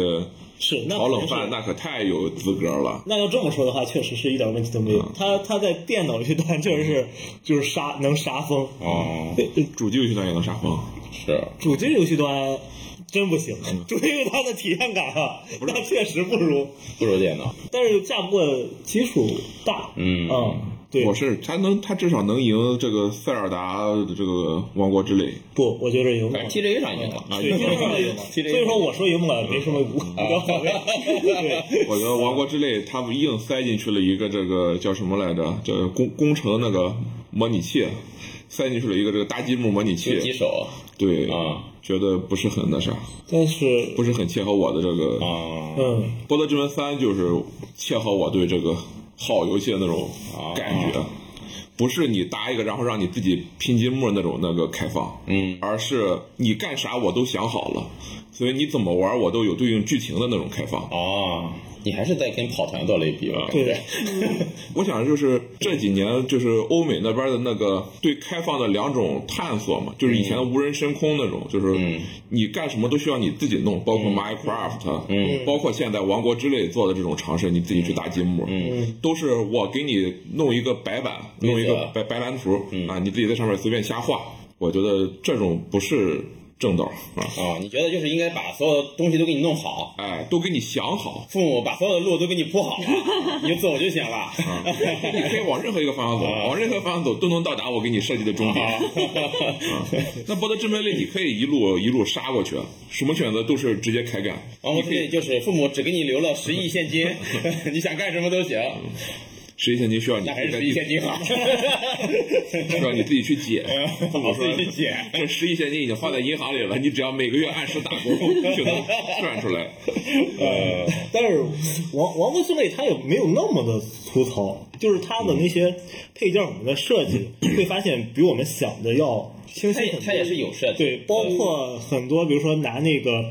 F: 是那
C: 炒冷
F: 肯定
C: 饭
F: 是
C: 那可太有资格了。
F: 那要这么说的话，确实是一点问题都没有。
C: 嗯
F: 他他在电脑游戏端确实是就是杀能杀疯，
B: 哦，
F: 对呃
C: 主机游戏端也能杀疯，
B: 是。
F: 主机游戏端真不行，
C: 嗯
F: <laughs> 主机游戏端的体验感啊，那确实不如，
B: 不啊如电脑，
F: 但是架不过基数大，啊
B: 嗯
F: 对
C: 我，是他能他至少能赢这个塞尔达的这个王国之泪。
F: 不，我觉得赢不
B: 反
C: 哎
F: 了
B: 正。TJ 上赢了，
F: 对，
B: TJ
F: 赢
B: 上
F: 了赢
B: 赢
F: 了
B: 了，
F: 所以说我说赢不了没什么无
C: 啊
F: 不要考虑。 <laughs> 对，
C: 我觉得王国之泪他硬塞进去了一个这个叫什么来着？这个工工程那个模拟器，塞进去了一个这个搭积木模拟
B: 有几
C: 器。
B: 手
C: 对，
B: 啊
C: 觉得不是很那啥，
F: 但是
C: 不是很切合我的这个。
B: 啊，
F: 嗯，
C: 波德之门三就是切合我对这个好游戏的那种
B: 啊
C: 感觉，不是你搭一个然后让你自己拼积木那种那个开放，
B: 嗯
C: 而是你干啥我都想好了，所以你怎么玩我都有对应剧情的那种开放。
B: 哦，你还是在跟跑团做类比吧？
F: 对，
C: 我想就是这几年就是欧美那边的那个对开放的两种探索嘛，就是以前的无人深空那种，就是
B: 嗯
C: 你干什么都需要你自己弄，包括 Minecraft，
B: 嗯
C: 包括现在王国之泪做的这种尝试，你自己去搭积木，
B: 嗯
C: 都是我给你弄一个白板，弄一个白白蓝图、
B: 嗯
C: 啊，你自己在上面随便瞎画，我觉得这种不是正道啊，
B: 啊，你觉得就是应该把所有的东西都给你弄好，，
C: 哎，都给你想好
B: 父母把所有的路都给你铺好了，
F: <laughs>
B: 你走就行了。
F: 啊
B: <laughs>
C: 啊你可以往任何一个方向走，
B: 啊
C: 往任何方向走都能到达我给你设计的终
F: 啊
C: 点。那博德之门里，你可以一路 <laughs> 一路杀过去，啊什么选择都是直接开干。
B: <laughs> 王国之泪就是父母只给你留了十亿现金，你想干什么都行。
C: 十一现金需要你
H: 那还
C: 自
H: 是
C: 己
H: 一现
F: <laughs>
H: 金好。
C: <laughs> 需要你自己去解。
H: 我
B: <laughs>
H: 自己去解
C: 这十亿现金已经放在银行里了，你只要每个月按时打工就能赚出来。
H: <laughs>
F: 呃，但是王王国兄弟他也没有那么的粗糙，就是他的那些配件我们的
H: <clears throat>
F: 设计，会发现比我们想的要清晰
H: 它
F: 很
H: 也
F: 多。
H: 它也是有设计，
F: 对，包括很多，比如说拿那个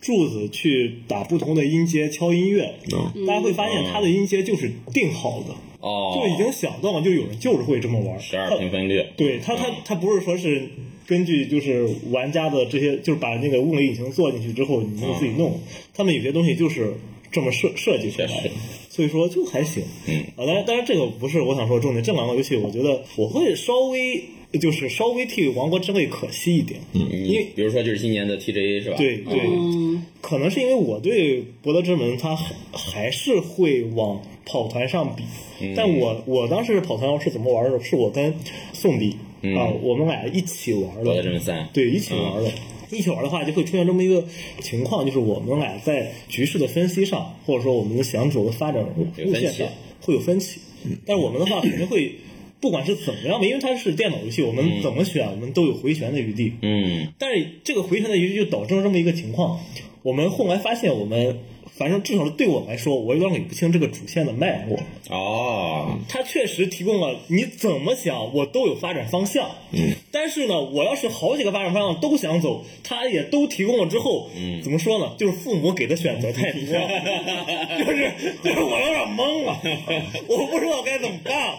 F: 柱子去打不同的音阶敲音乐，
C: 嗯
F: 大家会发现它的音阶就是定好的，
H: 哦，
F: 就已经想到了，就有人就是会这么玩。
H: 十二
F: 它
H: 评分率，
F: 对它，
H: 嗯
F: 它它不是说是根据就是玩家的这些，就是把那个物理引擎做进去之后，你能自己弄。他们有些东西就是这么设设计出来
H: 嗯确
F: 的
H: 实，
F: 所以说就还行。
H: 嗯
F: 啊，当然，当然这个不是我想说的重点。这两个游戏，我觉得我会稍微就是稍微替《王国之泪》可惜一点，
H: 嗯
F: 因为
H: 你比如说就是今年的 TGA 是吧？
F: 对对，
E: 嗯，
F: 可能是因为我对《博德之门》它还还是会往跑团上比，
H: 嗯
F: 但我我当时跑团是怎么玩的？是我跟宋比
H: 嗯
F: 啊，我们俩一起玩
H: 我的这
F: 的，
H: 门三，嗯
F: 对，一起玩的。一起玩的话，就会出现这么一个情况，就是我们俩在局势的分析上，或者说我们想走的发展
H: 有
F: 路
H: 分歧嗯
F: 线上会有分歧。但是我们的话肯定会，不管是怎么样吧，因为它是电脑游戏，我们怎么选，我们都有回旋的余地。
H: 嗯，
F: 但是这个回旋的游戏就导致了这么一个情况，我们后来发现，我们反正至少是对我来说，我有点捋不清这个主线的脉络。
H: 哦，
F: 它确实提供了你怎么想，我都有发展方向。嗯，但是呢，我要是好几个发展方向都想走，它也都提供了之后，嗯，怎么说呢？就是父母给的选择 <laughs> 太多了，就是就是我有点懵了，我不知道该怎么办。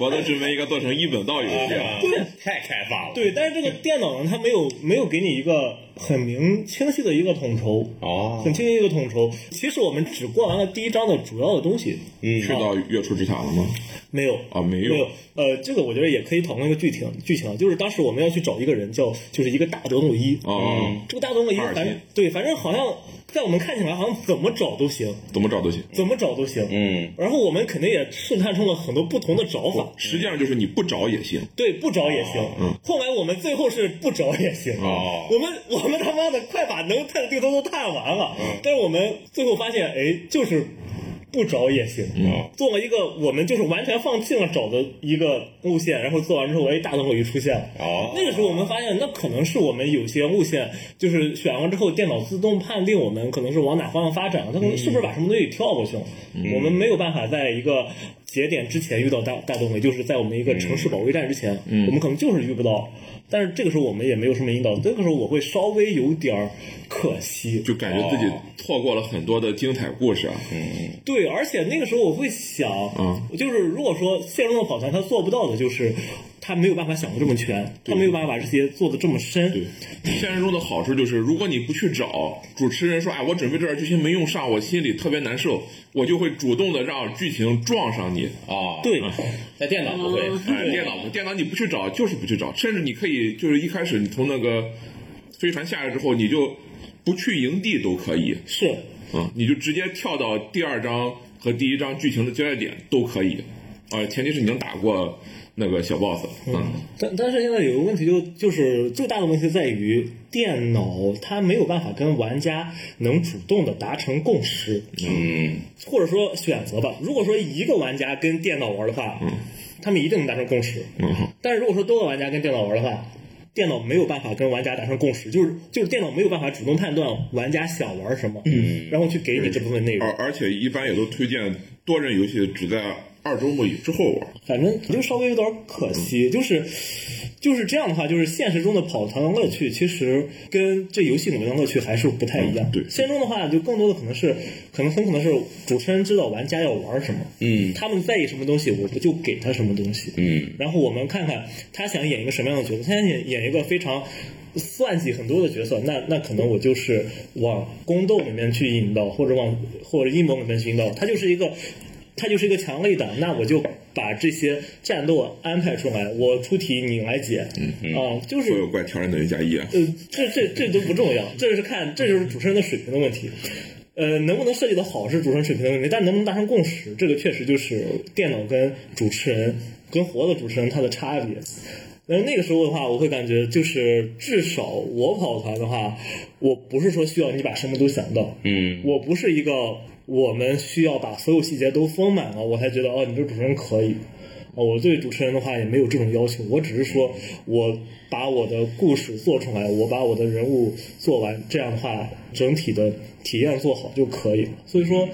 C: 王德之门应该做成一本道游戏啊。
H: 对，太开放了，
F: 对，但是这个电脑呢，它没有没有给你一个很明清晰的一个统筹。
H: 哦，
F: 很清晰一个统筹。其实我们只过完了第一章的主要的东西，
H: 嗯
C: 去到月初之塔了吗？
F: 没有
C: 啊没有
F: 有，呃，这个我觉得也可以讨论一个剧情剧情啊，就是当时我们要去找一个人叫，就是一个大德鲁伊。嗯
C: 哦，
F: 这个大德鲁伊，
C: 哈尔
F: 反
C: 滨
F: 正对，反正好像在我们看起来好像怎么找都行，
C: 怎么找都行。
F: 怎么找都行。
H: 嗯，
F: 然后我们肯定也试探出了很多不同的找法，
C: 实际上就是你不找也行，
F: 对，不找也行。后来我们最后是不找也行。
H: 嗯哦
F: 我们我们他妈的快把能探的地方都探完了，
H: 嗯
F: 但是我们最后发现，哎，就是不找也行。
H: 嗯
F: 做了一个我们就是完全放弃了找的一个路线，然后做完之后，哎，大灯火就出现了。
H: 哦
F: 那个时候我们发现，那可能是我们有些路线就是选完之后，电脑自动判定我们可能是往哪方向发展，它可
C: 嗯
F: 能是不是把什么东西跳过去了？我们没有办法在一个节点之前遇到大大动围，就是在我们一个城市保卫战之前，
C: 嗯
F: 我们可能就是遇不到。但是这个时候我们也没有什么引导，这个时候我会稍微有点儿可惜，
C: 就感觉自己错过了很多的精彩故事啊。
H: 嗯
F: 对，而且那个时候我会想，
C: 嗯
F: 就是如果说现实中的跑团他做不到的，就是他没有办法想的这么全，他没有办法把这些做的这么深
C: 对。，现实中的好处就是，如果你不去找，主持人说：“哎，我准备这段剧情没用上，我心里特别难受。”我就会主动的让剧情撞上你。啊
H: 哦，
F: 对，
C: 嗯
H: 在电脑不会，
C: 哎，电脑电脑你不去找就是不去找，甚至你可以就是一开始你从那个飞船下来之后，你就不去营地都可以
F: 是，
C: 啊，你就直接跳到第二章和第一章剧情的交界点都可以啊，前提是你能打过那个小 boss。嗯，
F: 但但是现在有个问题就就是最大的问题在于电脑它没有办法跟玩家能主动的达成共识，
H: 嗯，
F: 或者说选择吧。如果说一个玩家跟电脑玩的话，他们一定能达成共识。但是如果说多个玩家跟电脑玩的话，电脑没有办法跟玩家达成共识，就是就是电脑没有办法主动判断玩家想玩什么，嗯，然后去给你这部分内容
C: 而。而且一般也都推荐多人游戏只在二周目以之后玩。
F: 反正就稍微有点可
C: 嗯
F: 惜，就是就是这样的话，就是现实中的跑团的乐趣，其实跟这游戏里面的乐趣还是不太一样。
C: 嗯对
F: 现实中的话，就更多的可能是，可能很可能是主持人知道玩家要玩什么，
H: 嗯
F: 他们在意什么东西，我不就给他什么东西，
H: 嗯，
F: 然后我们看看他想演一个什么样的角色，他想演演一个非常算计很多的角色，那那可能我就是往宫斗里面去引导，或者往或者阴谋里面去引导，他就是一个。他就是一个强力党，那我就把这些战斗安排出来，我出题你来解，
H: 嗯
F: 啊，就是
C: 所有怪条件等于加一啊。
F: 呃，这这这都不重要，这是看这就是主持人的水平的问题。呃，能不能设计的好是主持人水平的问题，但能不能达成共识，这个确实就是电脑跟主持人跟活的主持人他的差别。然后那个时候的话，我会感觉就是至少我跑团的话，我不是说需要你把什么都想到，
H: 嗯
F: 我不是一个我们需要把所有细节都丰满了，我才觉得哦，你这主持人可以。哦，我对主持人的话也没有这种要求，我只是说我把我的故事做出来，我把我的人物做完，这样的话整体的体验做好就可以了。所以说，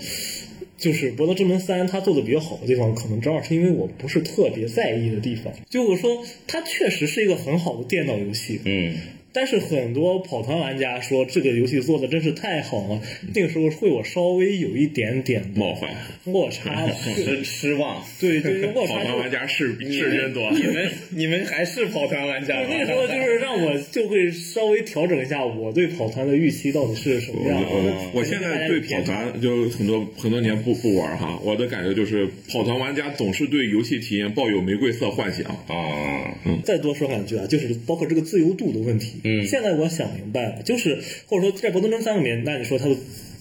F: 就是《博德之门三》它做的比较好的地方，可能正好是因为我不是特别在意的地方。就我说，它确实是一个很好的电脑游戏，
B: 嗯，
F: 但是很多跑团玩家说这个游戏做的真是太好了，那个时候会我稍微有一点点的
C: 冒犯，
F: 落差
C: <laughs>
F: 的，
B: 失失望。
F: 对对对，落
C: 跑
F: 差
C: 团
F: 就
C: 玩家是
B: 你
C: 是真
B: 们
C: 多，
B: 你们你们还是跑团玩家吗？
F: 那个时候就是让我就会稍微调整一下我对跑团的预期到底是什么样的。
C: 我我现在对跑团就很多很多年不不玩哈，我的感觉就是跑团玩家总是对游戏体验抱有玫瑰色幻想。嗯
B: 啊，
F: 再多说两句啊，就是包括这个自由度的问题。
B: 嗯
F: 现在我想明白了，就是或者说在《博德之门三》里面，那你说它的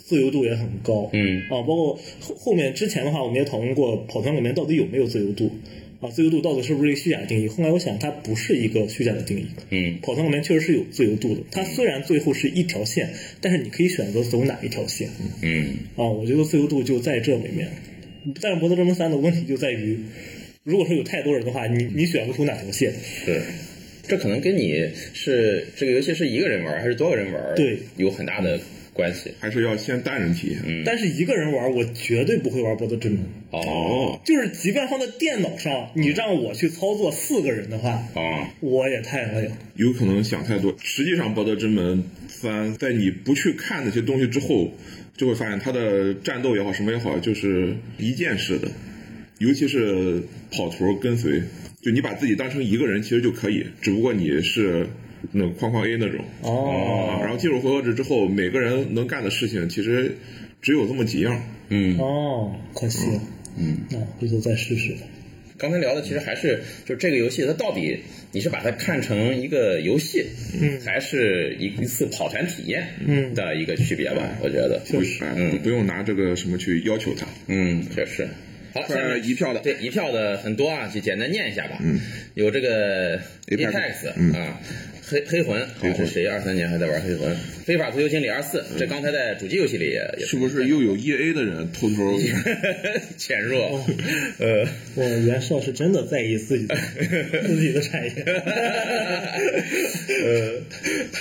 F: 自由度也很高。
B: 嗯
F: 啊，包括后后面之前的话，我们也讨论过跑团里面到底有没有自由度。啊，自由度到底是不是一个虚假的定义？后来我想，它不是一个虚假的定义。
B: 嗯
F: 跑团里面确实是有自由度的，它虽然最后是一条线，但是你可以选择走哪一条线。
B: 嗯
F: 啊，我觉得自由度就在这里面。但是《博德之门三》的问题就在于，如果说有太多人的话，你你选不出哪条线。
B: 是。这可能跟你是这个游戏是一个人玩还是多个人玩，
F: 对，
B: 有很大的关系。
C: 还是要先单人体验。
F: 但是一个人玩，我绝对不会玩《博德之门》。
B: 哦
F: 就是即便放在电脑上，你让我去操作四个人的话，
B: 啊，
F: 我也太累了。
C: 有可能想太多。实际上，《博德之门三》在你不去看那些东西之后，就会发现它的战斗也好，什么也好，就是一键式的，尤其是跑图跟随，就你把自己当成一个人其实就可以，只不过你是那种框框 A 那种
F: 哦
C: 啊然后进入回合制之后，每个人能干的事情其实只有这么几样。
B: 嗯，
F: 哦，可惜了。
B: 嗯，
F: 那回头再试试吧。
B: 刚才聊的其实还是就这个游戏，它到底你是把它看成一个游戏，嗯，还是一一次跑团体验，嗯的一个区别吧？我觉得，
C: 就是，
B: 嗯
C: 不不用拿这个什么去要求它。
B: 嗯，确实。好了，
C: 快
B: 下面
C: 一票的
B: 对一票的很多啊，就简单念一下吧。嗯，有这个
C: Apex，
B: Apex
C: 嗯
B: 啊，黑黑魂啊
C: 黑，魂嗯
B: 这谁二三年还在玩黑魂？非法足球经理二四，这刚才在主机游戏里也也
C: <laughs> 是不是又有 E A 的人偷 <laughs> 偷
B: 潜入？
C: 哦
B: 呃， <laughs>
F: 我袁绍是真的在意自己的自己的产业。
B: 呃，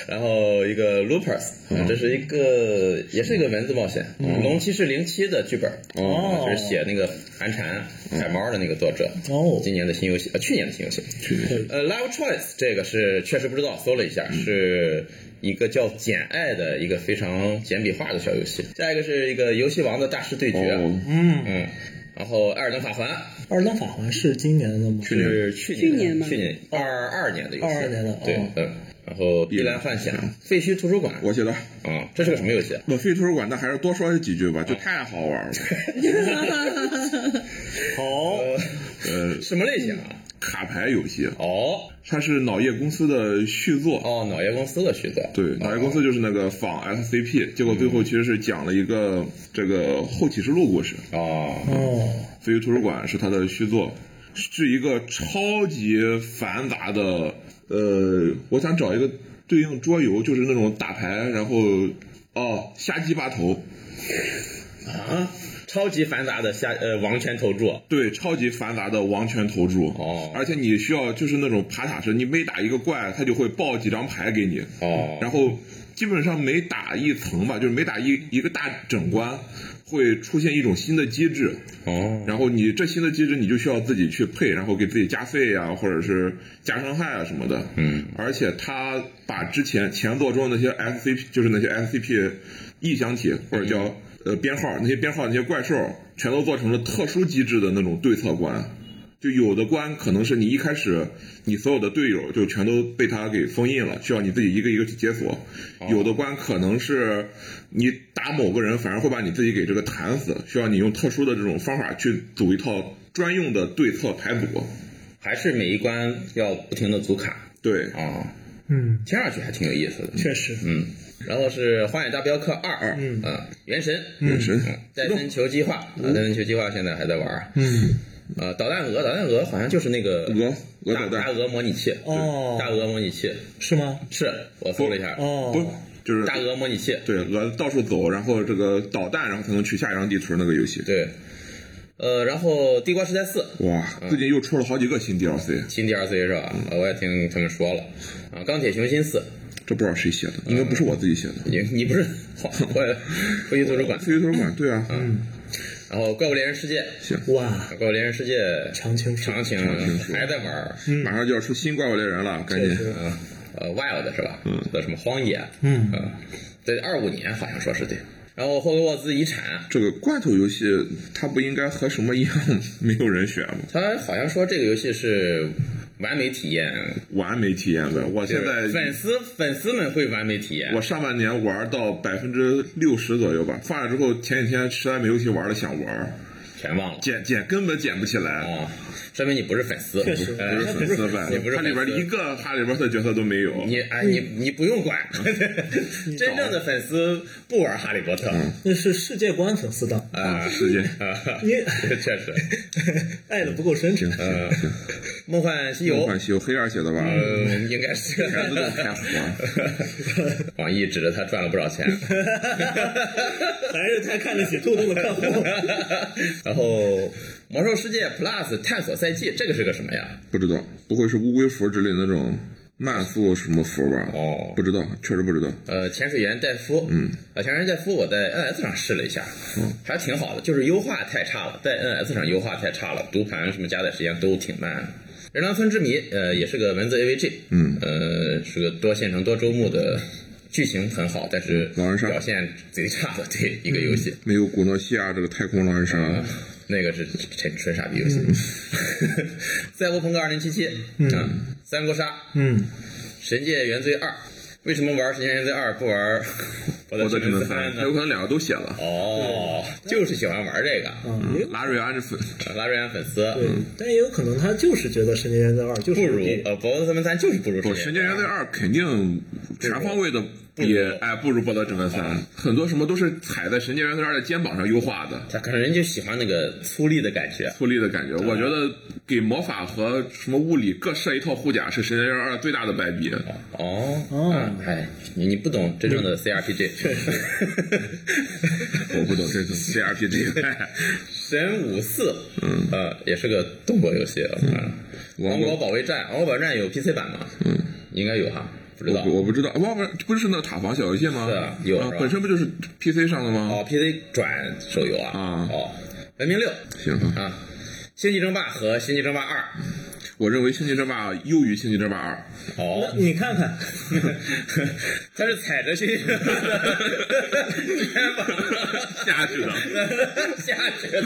B: 然后一个 Loopers，啊
C: 嗯
B: 这是一个也是一个文字冒险，龙骑士零七的剧本，啊
F: 哦
B: 就是写那个寒蝉
C: 嗯
B: 海猫的那个作者，
F: 哦
B: 今年的新游戏，呃，去年的新游戏，呃，Live Choice 这个是确实不知道，搜了一下，是一个叫《简爱》的一个非常简笔画的小游戏。下一个是一个游戏王的大师对决，
C: 哦
F: 嗯，
B: 嗯，然后《艾尔登法环》
F: 二等法环是今年的吗？
B: 是去年的
E: 去年吗
B: 去年二二年的游戏，
F: 22年的哦
B: 对，嗯，然后《碧蓝幻想》废墟图书馆，
C: 我写的。
B: 啊，这是个什么游戏啊？
C: 我去图书馆，那还是多说几句吧，就
B: 嗯
C: 太好玩
B: <laughs>
C: 了。
F: 好，
C: 呃，
B: 什么类型啊？
C: 卡牌游戏，
B: 哦
C: 它是脑业公司的续作。
B: 哦，脑爷公司的啊续作，
C: 对，脑业公司就是那个仿 SCP，结果最
B: 嗯
C: 后其实是讲了一个这个后启示录故事。
B: 哦，
F: 哦，
C: 飞鱼图书馆是它的续作，是一个超级繁杂的。呃，我想找一个对应桌游，就是那种打牌，然后哦瞎鸡巴头，
B: 啊，超级繁杂的下呃王权投注，
C: 对，超级繁杂的王权投注。
B: 哦
C: 而且你需要就是那种爬塔式，你每打一个怪，它就会爆几张牌给你。
B: 哦
C: 然后基本上每打一层吧，就是每打一一个大整关，会出现一种新的机制。
B: 哦，
C: 然后你这新的机制，你就需要自己去配，然后给自己加费啊，或者是加伤害啊什么的。
B: 嗯，
C: 而且他把之前前作中的那些 SCP，就是那些 SCP 异想体或者叫呃编号，那些编号那些怪兽，全都做成了特殊机制的那种对策关。就有的关可能是你一开始你所有的队友就全都被他给封印了，需要你自己一个一个去解锁。有的关可能是你打某个人反而会把你自己给这个弹死，需要你用特殊的这种方法去组一套专用的对策牌组。
B: 还是每一关要不停的组卡
C: 对，
B: 啊，
F: 嗯，
B: 听上去还挺有意思的，
F: 确实，
B: 嗯，然后是《荒野大镖客二》，
F: 嗯
B: 啊，《原神》，
C: 嗯原神嗯
B: 啊戴森球计划》啊，戴森球计划现在还在玩儿，
F: 嗯，
B: 呃，导弹鹅，导弹鹅好像就是那个
C: 鹅鹅
B: 大
C: 导弹
B: 大鹅模拟器，
F: 哦
B: 大鹅模拟器
F: 是吗？
B: 是我搜了一下，
F: 哦，
C: 不，就是
B: 大鹅模拟器。
C: 对鹅到处走，然后这个导弹，然后才能取下一张地图那个游戏。
B: 对，呃，然后《地瓜时代四》
C: 哇，最近又出了好几个新 DLC，
B: 新 DLC 是吧？
C: 嗯
B: 呃我也听他们说了啊，《钢铁雄心四》
C: 这不知道谁写的，应该不是我自己写的。
B: 你你不是好，我回去图书馆，
C: 飞鱼图书馆，对啊，嗯，
B: 然后《怪物猎人世界》
C: 行，
B: 啊
F: 哇，
B: 《怪物猎人世界》
F: 长青树
B: 长情
C: 青嗯树
B: 还在玩儿，
C: 马上就要出新怪物猎人了，赶紧。
B: 啊，呃，Wild 是吧？嗯，叫什么荒野？嗯，啊，对，二五年好像说是对。然后《霍格沃兹遗产》，
C: 这个罐头游戏，它不应该和什么一样没有人选吗？
B: 他好像说这个游戏是完美体验，
C: 完美体验呗！我现在
B: 就是粉丝粉丝们会完美体验。
C: 我上半年玩到百分之六十左右吧，放了之后前几天实在没游戏玩了，想玩，
B: 全忘了
C: 捡捡根本捡不起来。
B: 啊，说明你不是粉丝，
F: 确实
B: 哎
C: 不是粉丝版，
B: 你不是
C: 它里边
B: 粉丝
C: 一个哈利波特角色都没有。
B: 你哎你
C: 嗯
B: 你不用管， <laughs> 真正的粉丝不玩哈利波特
C: 嗯
F: 那是世界观粉丝党，
B: 啊，
C: 哎时间
B: <laughs>
C: <laughs>
B: 啊
F: 你
B: 确实，
F: 爱的不够深沉。
B: 呃，梦幻西
C: 梦
B: 游
C: 幻。西游黑二写的吧？
B: 呃，应该是
C: 孩子都太虎了，
B: <laughs> 网易指着他赚了不少
C: <laughs>
B: 钱， <laughs>
F: 还是太看得起触动的客户。
B: 然后《魔兽世界 Plus 探索赛季》这个是个什么呀？
C: 不知道，不会是乌龟服之类的那种慢速什么服吧？
B: 哦
C: 不知道，确实不知道。
B: 呃，潜水员戴夫，嗯，呃，潜水员戴夫，我在 NS 上试了一下，嗯，还挺好的，就是优化太差了，在 NS 上优化太差了，读盘什么加载时间都挺慢的。人狼村之谜，呃，也是个文字 AVG，嗯，呃，是个多线程多周目的，剧情很好，但是
C: 狼人杀
B: 表现贼差的对一个游戏，
C: 没有古诺西亚这个太空狼人杀，
B: 嗯那个是纯纯傻逼游戏， <laughs> 赛博朋克二零七七，嗯，三国杀，
F: 嗯，
B: 神界原罪二，为什么玩神界原罪二不
C: <laughs>
B: 玩
C: 我
B: 博
C: 的
B: <laughs>
C: 只能
B: 三
C: 三，有可能两个都写了。
B: 哦，就是喜欢玩这个，嗯
F: 嗯，也有
C: 拉瑞安是粉，
B: 拉瑞安粉丝
F: 对， <laughs> 但也有可能他就是觉得《神经元罪二》就是
B: 不如
F: 比
B: 呃，博德之门三就是不如
C: 不，《神界原罪二》肯定全方位的比
B: 不如
C: 哎不如《博德之门三》，很多什么都是踩在《神界原罪二》的肩膀上优化的。
B: 他可能人就喜欢那个粗粝的感觉，
C: 粗粝的感觉，我觉得给魔法和什么物理各设一套护甲是《神界原罪二》最大的败笔。
B: 哦，嗯哎，你你不懂真正的 CRPG，确 <laughs> 实，
C: 我不懂这种 CRPG，
B: <laughs> 神武四，嗯，呃，也是个动作游戏，嗯，王国保卫战，王国保卫战有 PC 版吗？嗯，应该有哈，不 <laughs> 知道。
C: 我我不知道，哇，不是不是那塔防小游戏吗？
B: 是啊有
C: 啊
B: 是吧
C: 本身不就是 PC 上的吗？
B: 哦，PC 转手游啊，
C: 啊
B: 哦，文明六
C: 行，
B: 啊，星际争霸和星际争霸二，
C: 我认为《星际争霸》优于《星际争霸二》。
B: 哦，
F: 你看看，
B: <laughs> 他是踩着星际争霸的肩膀
C: 下去的，
B: <laughs> 下去的，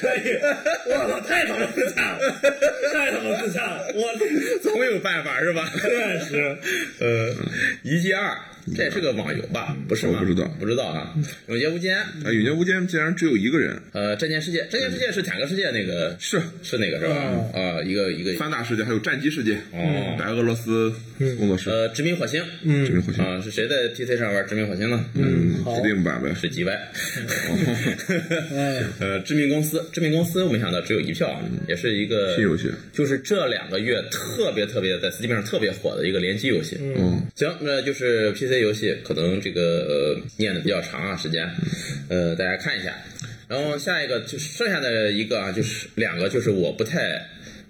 F: 可以，我操，哎太他妈自洽了，太他妈自洽了，我
B: 总有办法是吧？
F: 确实，
B: 呃，遗迹二，这也是个网游吧？不是吗？
C: 我不知道
B: 不知道啊。永劫无间，
C: 哎，永劫无间竟然只有一个人，
B: 呃，战舰世界，战舰世界是坦克世界那个
C: 是
B: 是那个是吧？啊，一个一个
C: 三大世界，还有战机世界，
B: 哦
C: 白俄罗斯工作室，
B: 呃，殖民火星，
C: 嗯，这个好像
B: 啊，是谁在 PC 上玩殖民火星呢？
C: 嗯，Steam 版呗，
B: 是 GY，呃，<laughs>
C: 哎
B: 致命公司，致命公司，我没想到只有一票，啊也是一个
C: 嗯新游戏，
B: 就是这两个月特别特别在 Steam 上特别火的一个联机游戏。
C: 嗯，
B: 行，那就是 PC 游戏，可能这个呃念的比较长啊时间，
C: 嗯
B: 呃，大家看一下。然后下一个就是剩下的一个啊，就是两个就是我不太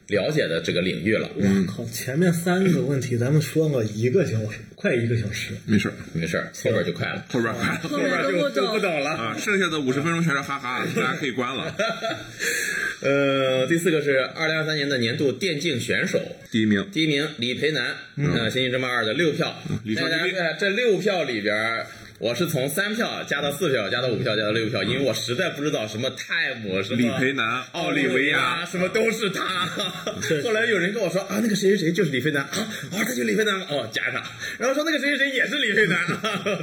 B: 了解的这个领域了，
C: 嗯
F: 我靠，前面三个问题咱们说了一个小时，快一个小时，
C: <laughs> 没事儿，
B: 没事儿，后边就快了。
C: 后边快了
E: 后面都
B: <laughs>
E: 不懂。
B: 懂了
C: <laughs> 啊，剩下的五十分钟全是哈哈，大家可以关了。
B: <laughs> 呃，第四个是二零二三年的年度电竞选手，
C: 第一名，
B: 第一名李培南，嗯，呃《星际争霸二》的六票。
C: 嗯李
B: 大
C: 少
B: 家
C: 奇
B: 看这六票里边儿，我是从三票加到四票，加到五票，加到六票，因为我实在不知道什么 time 什么。
C: 嗯李培南，奥利维亚，
B: 什么都是他。后来有人跟我说啊，那个谁谁谁就是李飞男啊，啊，这就是李飞男哦，加上，然后说那个谁谁谁也是李飞男，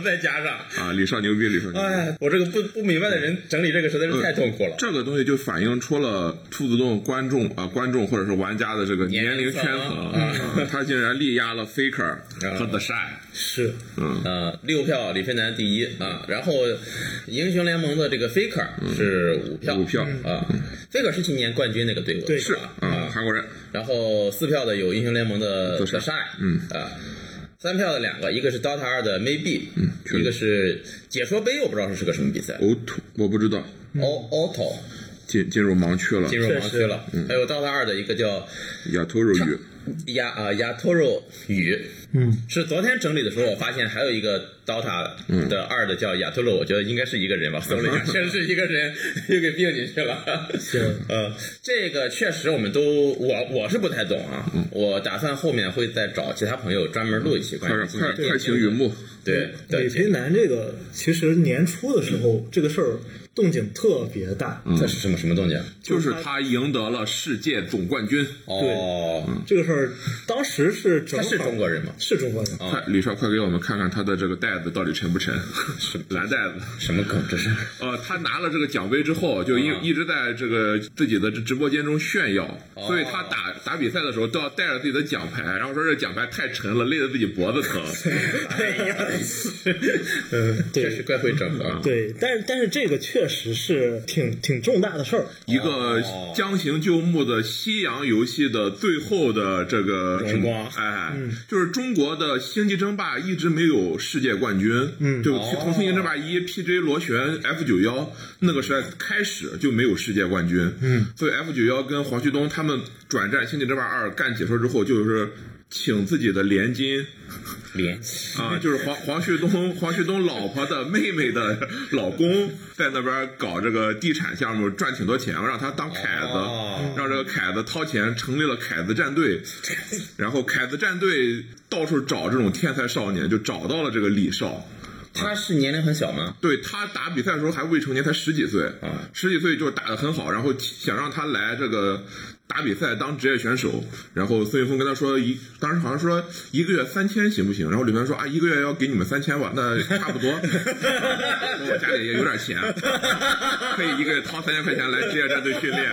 B: 再加上，
C: 啊，李少牛逼，李少牛逼。
B: 哎，我这个不不明白的人整理这个实在是太
C: 嗯
B: 痛苦了。
C: 这个东西就反映出了兔子洞观众啊、观众或者是玩家的这个年龄圈层，
B: 年龄层
C: 啊他竟然力压了 Faker 啊
B: 嗯
C: 和 The Shy，
F: 是
B: 呃，六票李飞男第一啊，然后英雄联盟的这个 Faker 是五票，
C: 五票嗯
B: 啊，Faker 是今年冠军那个队伍，
F: 对
B: 是吧
C: 啊，韩国人
B: 然后四票的有英雄联盟的
C: 德善
B: 德善，
C: 嗯
B: 啊，三票的两个，一个是 DOTA 二的 Maybe，
C: 是
B: 一个是解说杯，我不知道是个什么比赛
C: 呕吐，我不知道，
B: ，O Auto
C: 进进入盲区了。
B: 进入盲区了，
C: 嗯
B: 还有 DOTA 二的一个叫
C: 亚托肉语，
B: 亚啊亚托肉语，嗯，是昨天整理的时候我发现还有一个
C: 嗯
B: DOTA 的二的叫亚托肉，我觉得应该是一个人吧，搜了 <laughs> 一下，确实是一个人，又给并进去了。行， <laughs> 呃，这个确实我们都我我是不太懂啊，
C: 嗯
B: 我打算后面会再找其他朋友专门录一期
C: 快
B: 关于今
C: 嗯快
B: 年
C: 快请雨幕，
B: 对对
F: 李培南这个，其实年初的时候，这个事儿动静特别大。
C: 嗯
B: 这是什么什啊么动静？
C: 就是他赢得了世界总冠军。嗯
B: 哦，
F: 这个事儿当时是正
B: 他
F: 好
B: 是中国人吗？
F: 是中国人，
B: 哦
C: 快，李帅，快给我们看看他的这个袋子到底沉不 <laughs> 沉？蓝袋子。
B: 什么梗这是？
C: 呃，他拿了这个奖杯之后，就一、
B: 啊
C: 一直在这个自己的直播间中炫耀，
B: 哦
C: 所以他打打比赛的时候都要带着自己的奖牌，然后说这奖牌太沉了，累得自己脖子疼。
B: <laughs> 哎呀，嗯，确实怪会整的啊。
F: 呃对，但是但是这个确实是挺挺重大的事儿。
C: 一个
B: 哦
C: 将行就木的西洋游戏的最后的这个
B: 荣光嗯
C: 哎，就是中国的《星际争霸》一直没有世界冠军，嗯，就
B: 哦
C: 从《星际争霸一》PJ 螺旋 F 九幺那个时代开始就没有世界冠军，嗯，所以 F 九幺跟黄旭东他们转战《星际争霸二》干解说之后，就是请自己的连襟
B: 连
C: 啊， <laughs> 就是黄黄旭东 <laughs> 黄旭东老婆的妹妹的老公在那边搞这个地产项目，赚挺多钱，让他当凯子，
B: 哦
C: 让这个凯子掏钱成立了凯子战队，然后凯子战队到处找这种天才少年，就找到了这个李少。
B: 他是年龄很小吗？
C: 对他打比赛的时候还未成年，才十几岁
B: 啊
C: 十几岁就打得很好，然后想让他来这个打比赛当职业选手，然后孙云峰跟他说一，当时好像说一个月三千行不行？然后李凡说啊，一个月要给你们三千吧，那
B: <laughs>
C: 差不多，我家里也有点钱，可以一个月掏三千块钱来职业战队训练。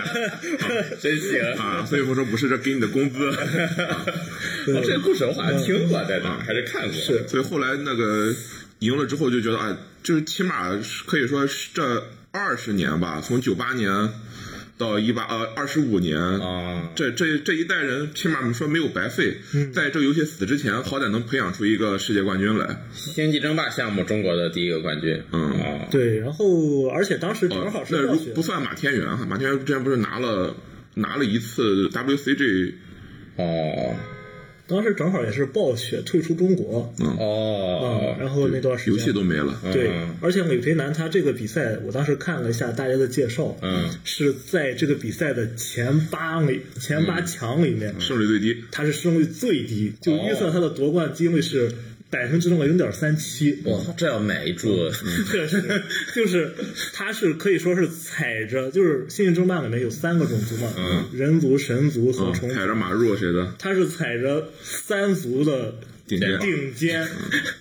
B: <laughs> 真行！
C: 啊，孙云峰说不是，这给你的
B: <laughs>
C: 工资。
B: 哦，这个故事我好像
F: 嗯
B: 听过，在哪儿还是看过？是
C: 所以后来那个赢了之后就觉得啊，就是起码是可以说是这二十年吧，从九八年到一八呃二十五年。
B: 啊，
C: 这这这一代人，起码我们说没有白费，
F: 嗯
C: 在这个游戏死之前，好歹能培养出一个世界冠军
F: 啊
C: 来。
B: 星际争霸项目中国的第一个冠军。
C: 嗯
B: 哦，
F: 对，然后而且当时正好
C: 哦，
F: 是
C: 那
F: 暴
C: 如
F: 雪
C: 不算马天元哈，马天元之前不是拿了拿了一次 WCG
B: 哦
F: 当时正好也是暴雪退出中国啊，
B: 哦，
F: 然后那段时间
C: 游戏都没了，
F: 对
B: 嗯，
F: 而且李培南他这个比赛，我当时看了一下大家的介绍，
B: 嗯，
F: 是在这个比赛的前八里、前
C: 嗯
F: 八强里面，
C: 胜率最低。
F: 他是胜率最低，就预
C: 哦
F: 测他的夺冠几率是百分之零点三七。<laughs>
C: 哦
B: 我操，这要买一注，
F: 确
C: <laughs>
F: 实，就是他是可以说是踩着，就是《星际争霸》里面有三个种族嘛，人族、神族和
C: 嗯
F: 虫族，
C: 踩着马入谁的
F: 他是踩着三族的
C: 顶尖？
F: 顶尖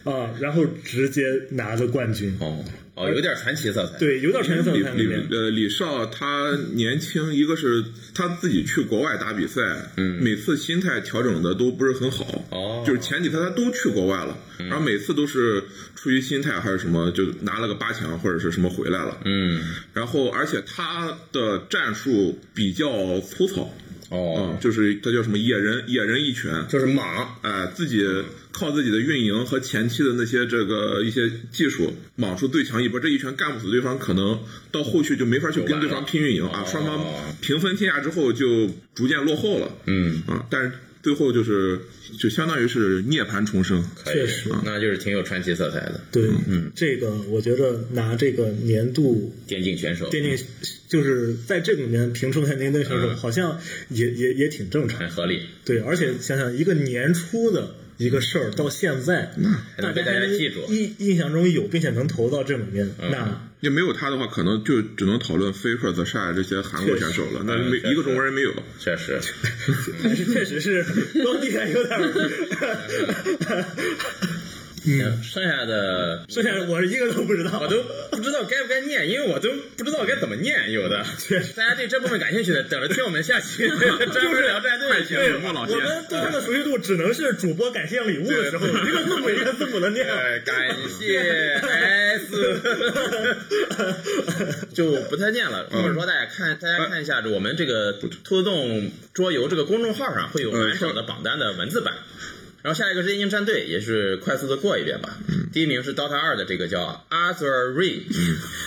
F: 啊，然后直接拿的冠军。
B: <laughs> 哦哦，有点传奇色彩。
F: 对，有点成就色
C: 李
F: 彩里面
B: 嗯
C: 李。呃李少他年轻，一个是他自己去国外打比赛，嗯，每次心态调整的都不是很好，
B: 哦嗯
C: 就是前几次他都去国外了，然后每次都是出于心态还是什么，就拿了个八强或者是什么回来了，
B: 嗯，
C: 然后而且他的战术比较粗糙，
B: 哦
C: 嗯，，就是他叫什么野人野人一拳，
B: 就是莽，
C: 哎，自己靠自己的运营和前期的那些这个一些技术，莽出最强一波，这一拳干不死对方，可能到后续就没法去跟对方拼运营啊
B: 哦，
C: 双方平分天下之后就逐渐落后了，
B: 嗯，
C: 啊，但是最后就是就相当于是涅槃重生，
B: 可以
F: 确实，
B: 那就是挺有传奇色彩的
F: 对，
B: 嗯
F: 这个我觉得拿这个年度
B: 电竞选手。
F: 奠定，就是在这里面评出来年度选手，
B: 嗯
F: 好像也也也挺正常
B: 很。合理，
F: 对，而且想想一个年初的一个事儿，到现在，
B: 嗯还能被
F: 家
B: 大家
F: 还
B: 记住嗯
F: 印印象中有，并且能投到这里面，那
C: 要没有他的话，可能就只能讨论 Faker、The Shy 这些韩国选手了，那
B: 嗯
C: 没
B: 确实
C: 一个中国人没有，
B: 确
F: <laughs>
B: 实，
F: 还是确实是高低感有
B: <laughs>
F: 点儿。 <laughs> 嗯
B: 行，剩下的
F: 剩下我是一个都不知道，
B: 我都不知道该不该念，因为我都不知道该怎么念，有
F: <laughs>
B: 的。大家对这部分感兴趣的，等着听我们下期专门聊战队的节
F: 对，
B: 目
F: 我们对它的熟悉度只能是主播感谢礼物的时候，一个字母一个字母的念。
B: 呃，感谢 S，就不太念了，或者说大家看，大家看一下我们这个兔子洞桌游这个公众号上会有完整的榜单的文字版。然后下一个是《燕京战队》，也是快速的过一遍吧。第一名是《DOTA 二》的这个叫 Arthur Ring，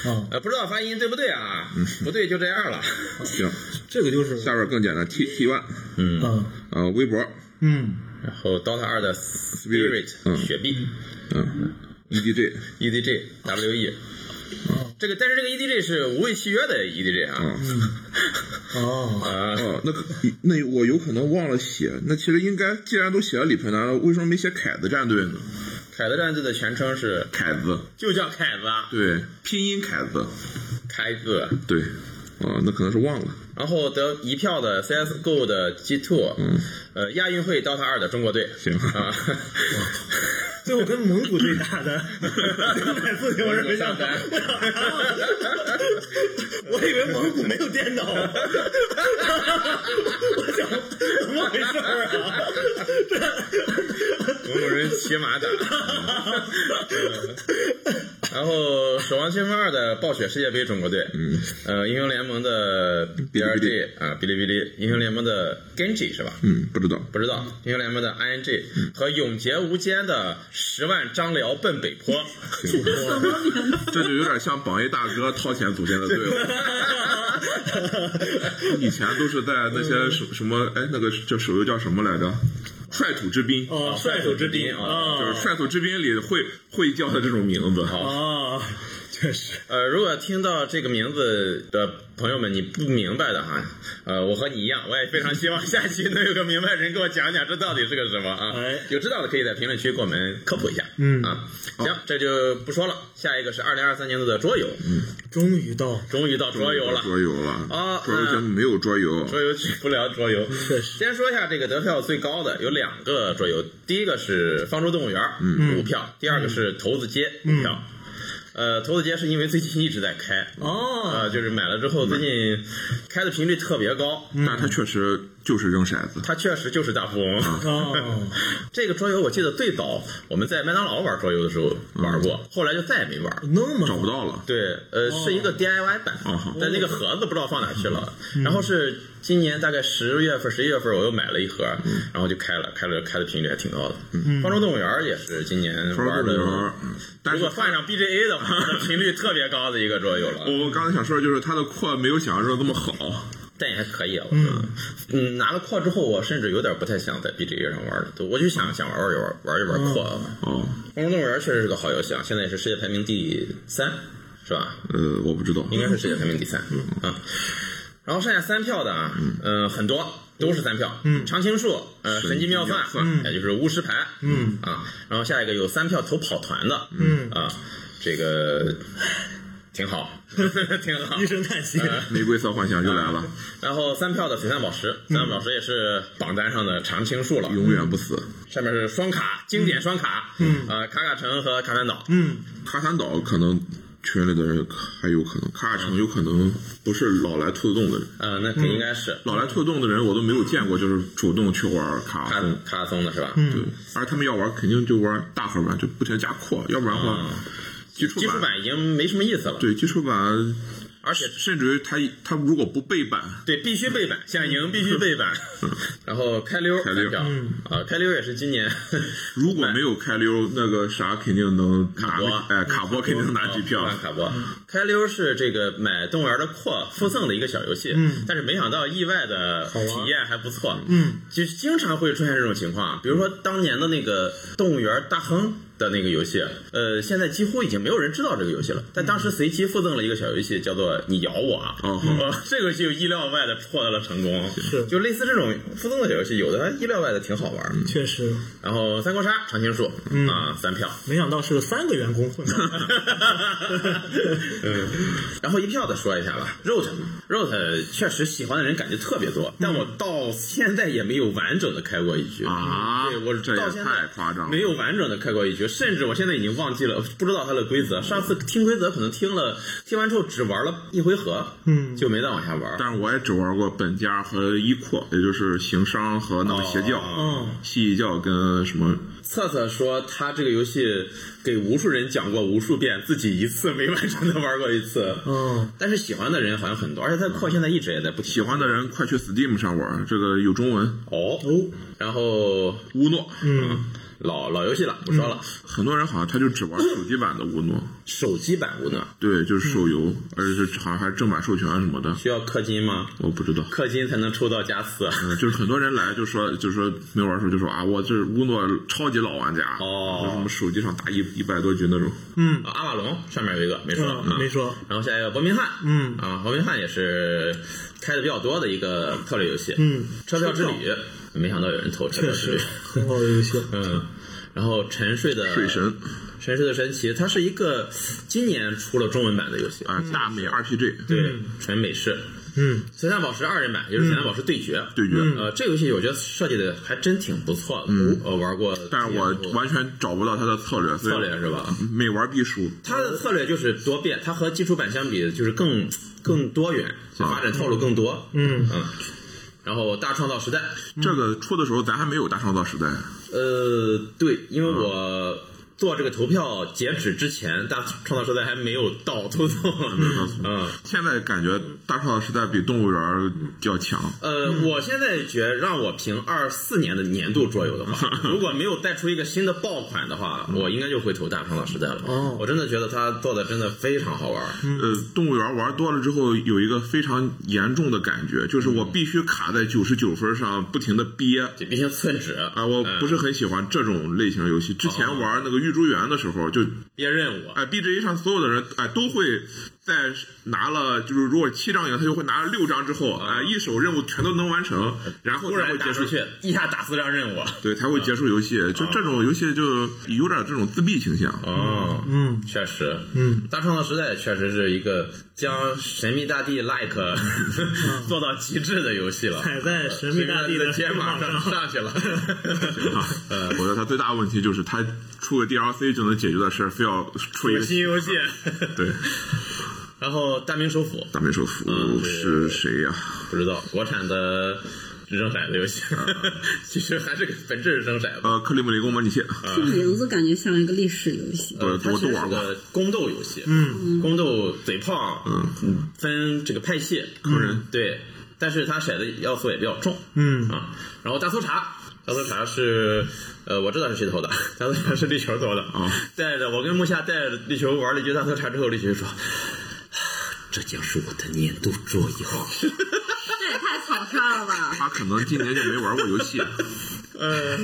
B: 呃，
F: 啊
B: 不知道发音对不对啊？不对就这样了。
C: 行，
F: 这个就是
C: 下边更简单，T T one，
B: 嗯，
F: 嗯
C: 呃，微博，
F: 嗯，
B: 然后《DOTA 二》的 Spirit
C: 嗯
B: 雪碧，E
C: 嗯，EDG，
B: EDG WE，这个但是这个 EDG 是无畏契约的 EDG
C: 嗯
B: 啊。
F: 哦，
B: 啊，
C: 哦，那可那我有可能忘了写，那其实应该既然都写了李培南，为什么没写凯子战队呢？
B: 凯子战队的全称是
C: 凯子，
B: 就叫凯子，啊，
C: 对，拼音凯子，
B: 凯子。
C: 对，啊，那可能是忘了，
B: 然后得一票的 CSGO 的 G Two，呃，亚运会 DOTA 二的中国队。
C: 行
B: 啊，
F: <laughs> 最后跟蒙古队打
B: <laughs>
F: 的，两百四九人
B: 上单。
F: 我以为蒙古没有电脑，我想怎么回 <laughs> 事
B: 嗯
F: 儿啊？
B: 蒙古人骑马打。然后《守望先锋二》的暴雪世界杯中国队，嗯，呃，英雄联盟的 BRG 啊，哔哩哔哩，英雄联盟的 Genji 是吧？
C: 嗯，不知道，
B: 不知道，英雄联盟的
F: 嗯
B: ING 和永劫无间的十万张辽奔北坡，
C: <laughs>
B: <laughs>
C: 这就有点像榜一大哥掏钱组建的队 <laughs> 伍。以前都是在那些什什么，哎，那个这手游叫什么来着？率土之滨，
F: 哦，
B: 帅土之滨啊
C: 就是率土之滨里会会叫的这种名字。
F: 啊， <laughs> 确实，
B: 呃，如果听到这个名字的朋友们，你不明白的哈，呃，我和你一样，我也非常希望下期能有个明白人给我讲讲这到底是个什么啊
F: 哎。
B: 有知道的可以在评论区给我们科普一下。
F: 嗯
B: 啊，行，这就不说了。下一个是二零二三年度的桌游，
F: 嗯终于到
B: 终于到桌游了。
C: 桌游了
B: 啊
C: 桌游
B: 嗯
C: 节目没有桌游，
B: 桌游去不聊桌游，
F: <laughs> 确实
B: 先说一下这个得票最高的有两个桌游，第一个是方舟动物园，嗯，五票；第二个是头子街，
F: 嗯
B: 五票。呃，头子街是因为最近一直在开，
F: 哦，
B: 呃，就是买了之后，最近开的频率特别高。
F: 嗯
C: 但它确实就是扔骰子。
B: 它确实就是大富翁。
F: 哦，
B: <laughs> 这个桌游我记得最早我们在麦当劳玩桌游的时候玩过，
F: 嗯
B: 后来就再也没玩。
F: 那么
C: 找不到了。
B: 对，呃，是一个 DIY 版啊
C: 哦，嗯
B: 但那个盒子不知道放哪去了。然后是今年大概十月份、十一月份，我又买了一盒，
C: 嗯
B: 然后就开了，开了，开的频率还挺高的。嗯方舟动物园也是今年
C: 桌游
B: 玩
C: 动
B: 的
C: 物，园，但
B: 如
C: 是
B: 果放上 BGA 的
C: <laughs>
B: 话，频率特别高的一个桌游了。
C: 我刚才想说的就是它的扩没有想象中的那么好。
B: 但也还可以啊，我觉得。嗯，拿了扩之后，我甚至有点不太想在 BGA 上玩了，都我就想想玩玩一玩玩一玩扩啊。
C: 哦，
B: 光荣动物园确实是个好游戏啊，现在也是世界排名第三，是吧？
C: 呃，我不知道。
B: 应该是世界排名第三啊。然后剩下三票的啊，呃，很多都是三票。嗯，常青树，呃，神机妙算，也就是巫师牌。嗯啊，然后下一个有三票投跑团的。嗯啊，这个挺好， <laughs> 挺好呃
F: 一。声叹息，
B: 哎
C: 玫瑰色幻想又来了，
B: 然后三票的璀璨宝石，璀璨宝石也是榜单上的常青树了。
C: 永远不死。
B: 上面是双卡，经典双卡。嗯啊，卡卡城和卡坦岛。
F: 嗯，
C: 卡坦岛可能群里的人还有可能，卡卡城有可能不是老来兔子洞的人，
B: 啊，那肯应该是
C: 老来兔子洞的人我都没有见过，就是主动去玩卡
B: 卡
C: 卡通。
B: 卡松的是吧？
C: 对，而他们要玩肯定就玩大盒版，就不停地加扩，要不然的话
B: 啊，
C: 基础
B: 基础
C: 版
B: 版已经没什么意思了，
C: 对基础版，
B: 而且
C: 甚至于他他如果不背板，
B: 对必须背板，想赢必须背板。然后开溜
C: 嗯开
B: 三
C: 溜嗯
B: 票啊，开溜也是今年
C: 如果没有开溜，那个啥肯定能拿
B: 卡波
C: 那，哎，卡波肯定能拿几票
B: 啊。卡波，开溜是这个买动物园的扩附赠的一个小游戏，嗯，但是没想到意外的体验还不错，嗯，就是经常会出现这种情况，比如说当年的那个动物园大亨。的那个游戏，呃，现在几乎已经没有人知道这个游戏了。但当时随机附赠了一个小游戏，叫做“你咬我”啊，
C: 哦
B: 呃这个就意料外的获得了成功。
F: 是
B: 就类似这种附赠的小游戏，有的还意料外的挺好玩。
F: 确实，
B: 然后三国杀、常青树啊，三票，
F: 没想到是三个员工混到 <laughs> 了。
B: 嗯， <laughs> 然后一票的说一下吧，Rote Rote 确实喜欢的人感觉特别多，但我
C: 嗯
B: 到现在也没有完整的开过一局
C: 啊
B: 对我
C: 这
B: 到
C: 也
B: 现
C: 太
B: 在
C: 夸张了
B: 没有完整的开过一局，甚至我现在已经忘记了，不知道它的规则。上次听规则可能听了，听完之后只玩了一回合，嗯，就没再往下玩。
C: 但是我也只玩过本家和伊阔，也就是行商和那个邪教，
B: 哦
C: 蜥蜴教跟什么
B: 策策说他这个游戏给无数人讲过无数遍，自己一次没完整的玩过一次。
D: 嗯，
B: 但是喜欢的人好像很多，而且他
C: 嗯
B: 扩现在一直也在不停。
C: 喜欢的人快去 Steam 上玩，这个有中文。
B: 哦哦，然后
C: 乌诺，
D: 嗯，
B: 老老游戏了，不说了。
C: 很多人好像他就只玩手机版的乌诺，
B: 手机版无呢，
C: 对，就是手游，
B: 嗯
C: 而且是好像还是正版授权啊什么的，
B: 需要氪金吗？
C: 我不知道。
B: 氪金才能抽到加四。啊
C: 嗯，就是很多人来就说，就说没玩的时候就说啊，我这乌诺超级老玩家，
B: 哦
C: 就什么手机上打一一百多局那种，
B: 啊阿瓦隆上面有一个没说，
D: 嗯
B: 啊
D: 没
F: <laughs>
D: 说。
B: 然后下一个伯明翰，
D: 嗯
B: 啊，伯明翰也是开的比较多的一个策略游戏，
D: 嗯，
B: 车票之旅，没想到有人投车票之旅，
D: 很
F: 哦
D: 好的游戏，
B: 嗯。然后沉睡的
C: 水神，
B: 沉睡的神奇，它是一个今年出了中文版的游戏，
C: 啊，大美 RPG，
B: 嗯对，纯美式。
D: 嗯，
B: 神探宝石二人版就是神探宝石对决，
C: 嗯对决
B: 呃，这个游戏我觉得设计的还真挺不错的，嗯，我玩过，
C: 但是我完全找不到他的策略，所以
B: 策略是吧？
C: 每玩必输。
B: 它的策略就是多变，它和基础版相比就是更更多元，
C: 啊
B: 就发展套路更多。
D: 嗯
B: 嗯。然后大创造时代，
C: 这个出的时候咱还没有大创造时代，
B: 呃，对，因
C: 啊
B: 为我做这个投票截止之前，大创造时代还没有到 <laughs> 推送。嗯。
C: 现在感觉大创造时代比动物园要强。
B: 呃，我现在觉得让我评二四年的年度桌游的话，如果没有带出一个新的爆款的话，我应该就会投大创造时代了。
D: 哦
B: 我真的觉得他做的真的非常好玩。
C: 呃，动物园玩多了之后，有一个非常严重的感觉，就是
B: 嗯
C: 我必须卡在九十九分上，不停的憋。
B: 就必须寸指啊
C: 啊，我不是很喜欢这种类型的游戏。之
B: 哦
C: 前玩那个玉珠园的时候，就
B: 憋任务，啊
C: 哎 B G A 上所有的人哎都会在拿了就是如果七张赢，他就会拿了六张之后，哎一手任务全都能完成，然后
B: 突
C: 才
B: 然
C: 会
B: 打
C: 结
B: 出啊
C: 束。
B: 去，一下打四张任务。啊
C: 对，才会结束游戏。就这种游戏就有点这种自闭倾向。
B: 哦，
D: 嗯，
B: 确实，
D: 嗯，
B: 大创造时代确实是一个将神秘大地 like <laughs> 做到极致的游戏了，
I: 踩在神秘大地
B: 的
I: 的
B: 肩膀上上去了。 <laughs> 嗯
C: 啊，
B: 呃
C: 我觉得他最大的问题就是他出个 DLC 就能解决的事儿，非要出一
B: 有
C: 个
B: 新
F: <laughs>
B: 游戏，
C: 对
B: 然后大明首府
C: 大美首
B: 啊
C: 府是谁呀、
B: 不知道国产的扔骰子游戏，
C: 啊
B: <laughs> 其实还是个本质是扔骰子。
C: 呃，克里姆林宫模拟器，
E: 这名字感觉像一个历史游戏。
C: 我
B: 呃它
C: 我
B: 其
C: 都
B: 啊实
C: 玩
B: 是
C: 过。
B: 个宫斗游戏，嗯，宫斗嘴炮，嗯，分这个派系，嗯，对，但是它骰的要素也比较重，
D: 嗯
B: 啊，然后大搜查。大搜查是，呃，我知道是谁投的， <laughs> 大搜查是绿球投的。
C: 啊
B: 带着我跟木夏带着绿球玩了一局大搜查之后，绿球就说：“ <sighs> 这将是我的年度桌游。
E: 这也太草率了吧！
C: 他可能今年就没玩过游戏，”
B: 呃，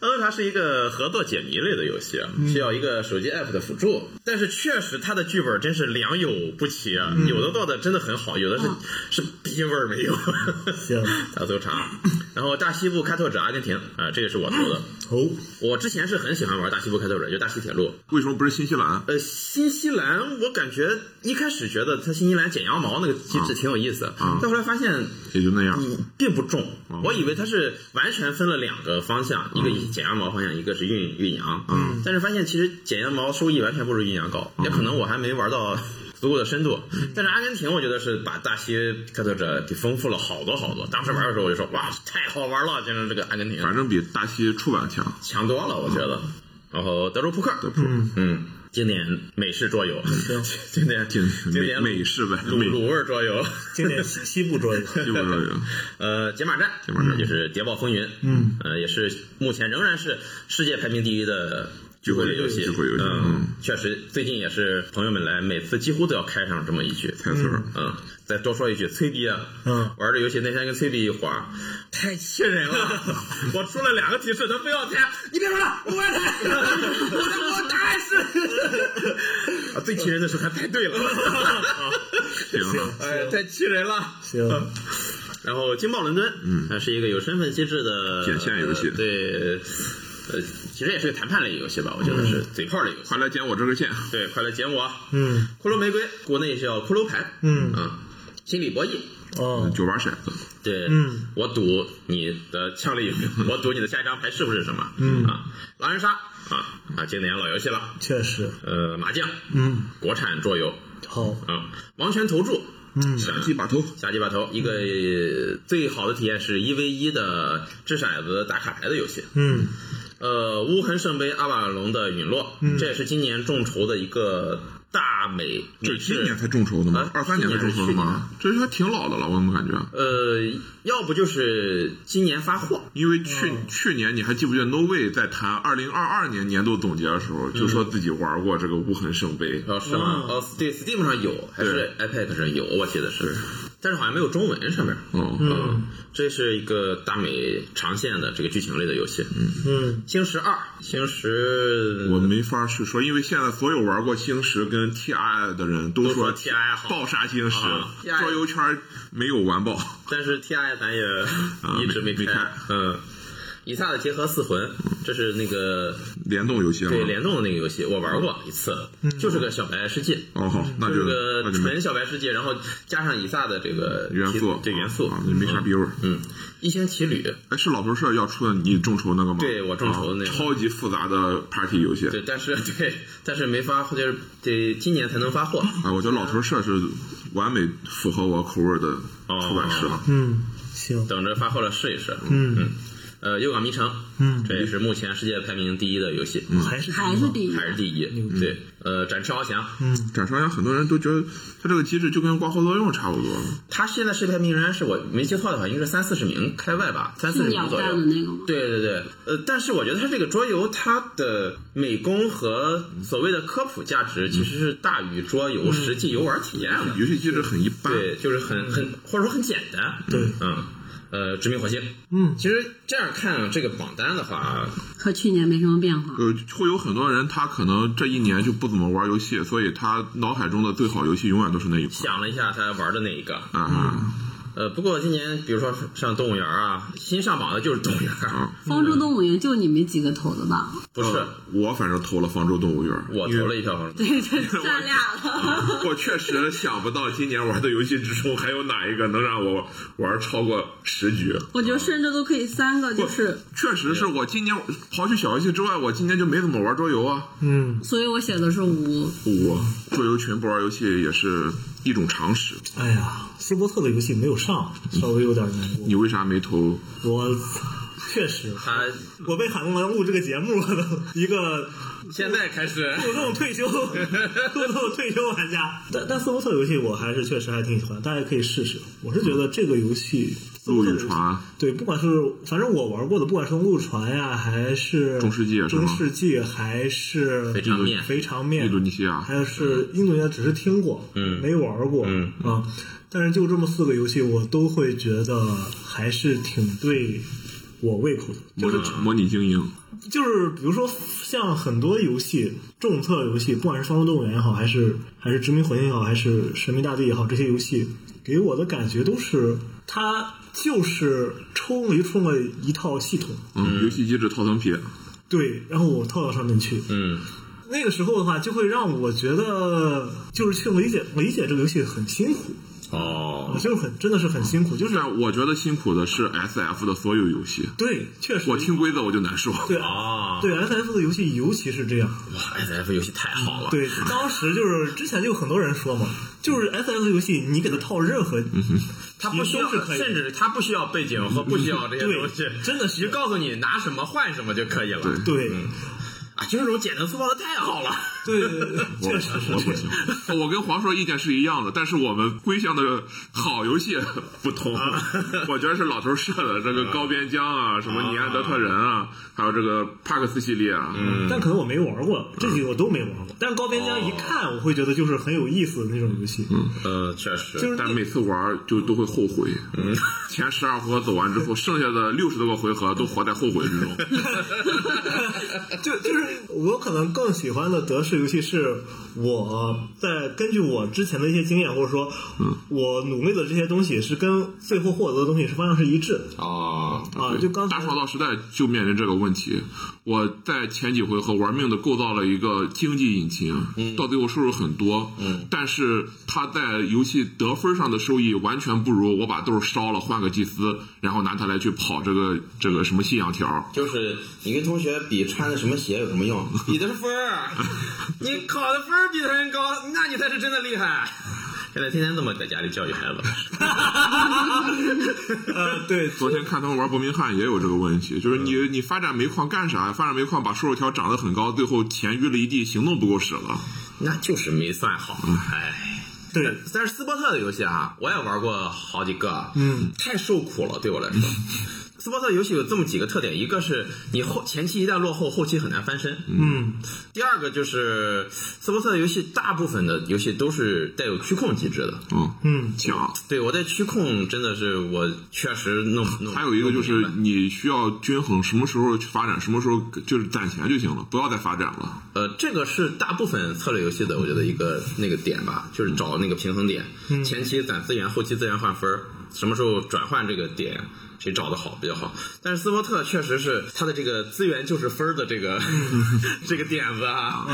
B: 大搜查是一个合作解谜类的游戏，啊
C: 嗯
B: 需要一个手机 app 的辅助。但是确实，它的剧本真是良莠不齐啊，
C: 嗯
B: 有的做的真的很好，有的是、
C: 啊
B: 是逼味儿没有。 <laughs>
D: 行，
B: 大搜查，然后大西部开拓者阿根廷啊、这个是我投的。
D: 哦，
B: 我之前是很喜欢玩大西部开拓者，就大西铁路。
C: 为什么不是新西兰？
B: 呃，新西兰，我感觉一开始觉得它新西兰剪羊毛那个机制
C: 啊
B: 挺有意思，
C: 啊
B: 但后来发现
C: 也就那样。
B: 嗯嗯并不重
C: 哦。
B: 我以为它是完全分了两个方向，一个以剪羊毛方向，一个是运运羊。
C: 嗯，
B: 但是发现其实剪羊毛收益完全不如运羊高，也可能我还没玩到足够的深度。嗯但是阿根廷，我觉得是把大西开拓者给丰富了好多好多。当时玩的时候我就说，哇，太好玩了！就是这个阿根廷
C: 反正比大西出版强，
B: 强多了，我觉得。嗯然后德州扑克，
D: 嗯
B: 嗯，经典美式桌游， <laughs> 经典
C: 经
B: 经典
C: 美美式呗，
B: 鲁
C: 美
B: 鲁味儿桌游，
D: 经典西西部
B: <laughs>
D: 桌游，
C: 西部这个
B: 呃，解码战，解码战就是谍报风云，
D: 嗯，
B: 呃，也是目前仍然是世界排名第一的聚会类游戏，
C: 聚会游戏
B: 嗯
C: 嗯，
B: 确实，最近也是朋友们来，每次几乎都要开上这么一局，
C: 台词儿。
B: 嗯，再多说一句，崔逼啊，
D: 嗯，
B: 玩这游戏那天跟崔逼一会儿，太气人 <laughs> 了，我出了两个提示，他非要猜，你别玩了，我不玩猜， <laughs> 我再给我答案是，啊，最气人的是还猜 <laughs> 对了，啊
C: 行了，
B: 哎，太气人了，
D: 行，
B: 然后《惊爆伦敦》，
C: 嗯
B: 它是一个有身份机制的
C: 剪线游戏
B: 呃对，呃，其实也是个谈判类游戏吧，我觉得是嘴炮类游戏。
C: 嗯快来剪我这根线。
B: 对，快来剪我！
D: 嗯，
B: 骷髅玫瑰，国内叫骷髅牌，
D: 嗯
B: 啊，心理博弈，
D: 哦，
C: 九把骰子，
B: 对，
F: 嗯，
B: 我赌你的枪
C: <laughs>
B: 力有没有，我赌你的下一张牌是不是什么？
F: 嗯
B: 啊，狼人杀啊啊，经典老游戏了，
F: 确实，
B: 呃，麻将，
F: 嗯，
B: 国产桌游
F: 好，
B: 啊，王权投注，
F: 嗯，
B: 下
C: 鸡把头，
B: 下鸡把头，一个呃最好的体验是一 v 一的掷骰子打卡牌的游戏。
F: 嗯
B: 呃，乌痕圣杯阿瓦隆的陨落，
F: 嗯
B: 这也是今年众筹的一个大美
C: 这
B: 美
C: 今
B: 制。
C: 年才众筹的吗
B: 啊？
C: 二三年才众筹的吗？这还挺老的了，我怎么感觉？
B: 呃，要不就是今年发货，
C: 因为去、
B: 嗯
C: 去年你还记不记得 No Way 在谈二零二二年年度总结的时
B: 嗯
C: 候，就说自己玩过这个无痕圣杯，
B: 呃，是吗？呃，对，Steam 上有，还是 iPad 上有，我记得是，但是好像没有中文上面。
C: 嗯，
B: 嗯，这是一个大美长线的这个剧情类的游戏。
F: 嗯，
B: 星矢二，星矢
C: 我没法去说，因为现在所有玩过星石跟 TI 的人都
B: 都说
C: 说
B: TI 好
C: 爆杀星石
B: 啊，TI
C: 桌游圈没有完爆。
B: 但是 T
C: <laughs>
B: I 咱也 <laughs> 一直没
C: 啊没没开嗯
B: 嗯，以萨的结合四魂，这是那个
C: 联动游戏啊，
B: 对联动的那个游戏，我玩过一次，就是个小白世界。
C: 哦，好，那
B: 就
C: 就是
B: 个
C: 那就没
B: 纯小白世界，然后加上以萨的这个
C: 元素
B: 对元素
C: 啊，，没啥逼味儿。
B: 嗯，一星奇旅，
C: 哎，是老头社要出的你众筹那个吗？
B: 对我众筹的那个
C: 啊超级复杂的 party 游戏。
B: 对，但是 <laughs> 对，但是没发，就是得今年才能发货。
C: 啊，我觉得老头社是完美符合我口味的出版社。
B: 哦
F: 嗯，行，
B: 等着发货了试一试。
F: 嗯
B: 嗯，呃，《幽港迷城》，
F: 嗯
B: 这也是目前世界排名第一的游戏，
C: 嗯
F: 还是
E: 还是第一，
B: 还是第一。对，呃，展翅翱翔，
C: 展商家很多人都觉得它这个机制就跟挂号作用差不多。
B: 它现在世界排名仍然是我没记错的话，应该是三四十名开外吧，三四
E: 是
B: 十
E: 鸟
B: 名左
E: 蛋的
B: 右。
E: 那个吗？
B: 对对对，呃，但是我觉得它这个桌游，它的美工和所谓的科普价值，其实是大于桌游实际游玩体验的。
E: 嗯
C: 游戏机制很一般。
B: 对，就是很很或者说很简单。对，嗯，呃，殖民火星，
F: 嗯
B: 其实这样看这个榜单的话，
E: 和去年没什么变化。
C: 呃，会有很多人，他可能这一年就不怎么玩游戏，所以他脑海中的最好游戏永远都是那一款
B: 想了一下他玩的那一个，
C: 啊。
B: 呃，不过今年比如说上动物园啊，新上榜的就是动物园，啊
E: 方舟动物园就你们几个投的吧？
B: 不是
C: 呃
E: 嗯
C: 我反正投了方舟动物园，
B: 我投了一票房。
E: 对对，咱俩了。
C: <laughs> 我确实想不到今年玩的游戏之中还有哪一个能让我玩超过十局。
E: 我觉得甚至都可以三个，就是，
C: 确实是我今年刨去小游戏之外，我今年就没怎么玩桌游啊。
F: 嗯，
E: 所以我写的是五。
C: 我桌游群不玩游戏也是一种常识。
F: 哎呀，斯伯特的游戏没有上，稍微有点难过。
C: 你为啥没投？
F: 我确实，
B: 他
F: 我被喊动了录这个节目了，一个
B: 现在开始，
F: 互动退休，互动退休玩家。但但斯伯特游戏我还是确实还挺喜欢，大家可以试试。我是觉得这个游戏。
C: 陆羽船
F: 对，不管是反正我玩过的，不管是陆船呀，还是
C: 中世纪是吗
F: 中世纪还是
B: 肥肠面
F: 肥肠面，
C: 印度尼西亚
F: 还有是印度尼西亚只是听过，
B: 嗯
F: 没玩过，
B: 嗯
F: 啊，但是就这么四个游戏，我都会觉得还是挺对我胃口的，
C: 模拟模拟经营，
F: 就是比如说像很多游戏，重测游戏，不管是《双龙动物园》也好，还是还是《殖民火星》也好，还是《神秘大地》也好，这些游戏给我的感觉都是它就是抽离出了一套系统，
C: 嗯，游戏机制套层皮，
F: 对，然后我套到上面去。
B: 嗯，
F: 那个时候的话，就会让我觉得就是去理解理解这个游戏很辛苦，
B: 哦，
F: 就是很真的是很辛苦，就是
C: 但我觉得辛苦的是 S F 的所有游戏，
F: 对，确实
C: 我听规则我就难受。
F: 对
B: 啊，
F: 对 S F 的游戏尤其是这样。
B: 哇，S F 游戏太好了，
F: 对，当时就是之前就有很多人说嘛，就是 S F 游戏，你给它套任何，
C: 嗯
B: 它不需要
F: 其实都是可，以
B: 甚至它不需要背景和不需要这些东西，
F: 对真的是
B: 只告诉你拿什么换什么就可以了。
F: 对
B: 啊，金主简直粗暴的太好了，
F: 对，确实
C: 我不
F: 是
C: 行， <laughs> 我跟黄硕意见是一样的，但是我们归向的好游戏不同。 <laughs> 我觉得是老头社的这个高边疆啊，什么尼安德特人啊，还有这个帕克斯系列啊，嗯，哦
F: 但可能我没玩过，这几个我都没玩过。但高边疆一看，我会觉得就是很有意思的那种游戏。
C: 嗯
B: 呃，确实，
F: 就是
C: 但每次玩就都会后悔。嗯，前十二回合走 <laughs> 完之后，剩下的六十多个回合都活在后悔之中。
F: 就就是我可能更喜欢的德式游戏是我在根据我之前的一些经验，或者说
C: 嗯
F: 我努力的这些东西是跟最后获得的东西是方向是一致。
C: 啊
F: 啊就刚才
C: 大创造时代就面临这个问题。我在前几回合玩命的构造了一个经济引擎，到最后收入很多，但是它在游戏得分上的收益完全不如我把豆儿烧了换个祭司，然后拿它来去跑这个这个什么信仰条。
B: 就是你跟同学比穿的什么鞋有什么 <laughs> 用？比的是分儿，啊 <laughs> 你考的分儿比他人高，那你才是真的厉 <laughs> 害。现在天天这么在家里教育 <laughs> 孩子，
F: 呃，对，
C: 昨天看他们玩伯明翰也有这个问题，就是你你发展煤矿干啥呀？发展煤矿把收入条涨得很高，最后钱淤了一地，行动不够使了。
B: 那就是没算好，
C: 嗯
B: 哎。
F: 对，
B: 但是斯波特的游戏啊，我也玩过好几个，
F: 嗯，
B: 太受苦了，对我来
C: <laughs>
B: 说。斯波特游戏有这么几个特点，一个是你后前期一旦落后，后期很难翻身，
F: 嗯，
B: 第二个就是斯波特游戏大部分的游戏都是带有区控机制的，
C: 嗯，
F: 嗯，
C: 强。
B: 对我在区控真的是我确实弄弄，
C: 还有一个就是你需要均衡，什么时候去发展，什么时候就是攒钱就行了，不要再发展了。
B: 呃，这个是大部分策略游戏的我觉得一个那个点吧，就是找那个平衡点，
F: 嗯
B: 前期攒资源，后期资源换分儿，什么时候转换这个点。谁找的好比较好，但是斯波特确实是他的这个资源就是分儿的这个
F: 嗯
B: <laughs> 这个点子啊，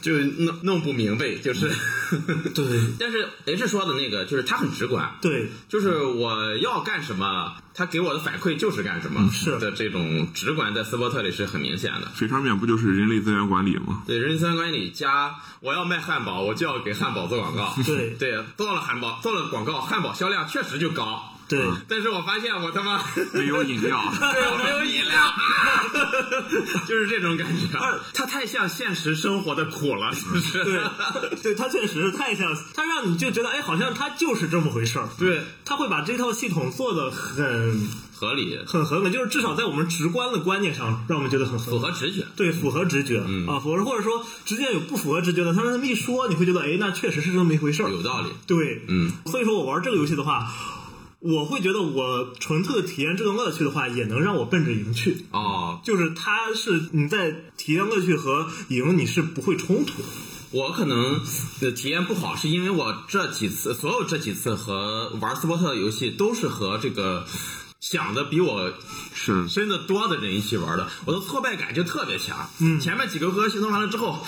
B: 就弄弄不明白，就是。
F: <laughs> 对
B: 但是 H 说的那个就是他很直观，
F: 对，
B: 就是我要干什么，他给我的反馈就是干什么，
F: 嗯是
B: 的这种直观在斯波特里是很明显的。
C: 水上面不就是人力资源管理吗？
B: 对人力资源管理加我要卖汉堡，我就要给汉堡做广告。
F: 对
B: 对，做了汉堡，做了广告，汉堡销量确实就高。
F: 对，
C: 嗯
B: 但是我发现我他妈
C: 没有饮料，
B: <laughs> 对我没有饮料， <laughs> 就是这种感觉。二，它太像现实生活的苦了，是不是？
F: 对，对，它确实太像，它让你就觉得，哎，好像它就是这么回事儿。
B: 对，
F: 它会把这套系统做的很
B: 合理，
F: 很合理，就是至少在我们直观的观念上，让我们觉得很合
B: 符
F: 理。
B: 合嗯直觉。
F: 对，符合直觉、啊，符合或者说直接有不符合直觉的，他们这么一说，你会觉得，哎，那确实是这么一回事儿，
B: 有道理
F: 对，
B: 嗯，
F: 所以说我玩这个游戏的话，我会觉得我纯粹的体验这个乐趣的话，也能让我奔着赢去。
B: 哦，
F: 就是它是你在体验乐趣和赢你是不会冲突的，
B: 我可能呃体验不好，是因为我这几次所有这几次和玩斯波特的游戏都是和这个想的比我
C: 是
B: 深的多的人一起玩的，我的挫败感就特别强。嗯，前面几个回合行动完了之后，啊，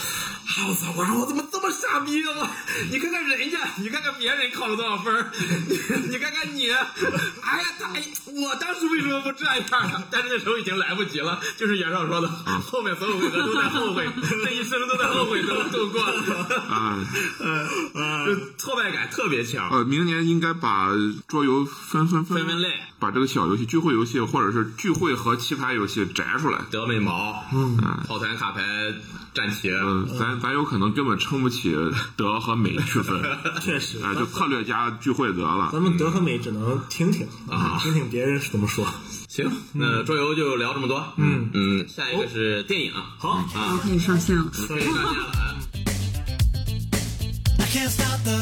B: 我操！我说我怎么这么傻逼啊！我你看看人家，你看看别人考了多少分儿，你你看看你，哎呀，他哎，我当时为什么不这样啊？但是那时候已经来不及了，就是袁绍说的，后面所有回合都在后悔， <laughs> 这一生都在后悔中度过了，
C: 啊、
B: 就挫败感特别强。
C: 呃，明年应该把桌游分分分
B: 分门类，
C: 把这个小游戏、聚会游戏或者是聚会和棋牌游戏摘出来。
B: 德美毛，嗯，炮弹卡牌战旗，啊
C: 嗯，咱咱有可能根本撑不起德和美
B: <laughs>
C: 区分，
F: 确实。
B: 啊
C: 哎，就策略家聚会得了。
F: 咱们德和美只能听听
B: 啊
F: 听听别人是怎么说。
B: 行，那桌游就聊这么多。嗯嗯，下一个是电影，啊
F: 好，
E: 我可以上线了。
B: 可以上线了啊。
A: I can't stop the.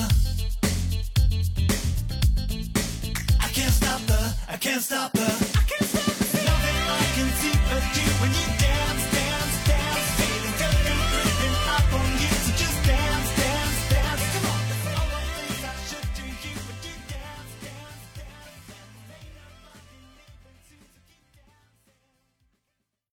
A: I can't stop the. I can't stop the. I can't stop the. Nothing I can see but you.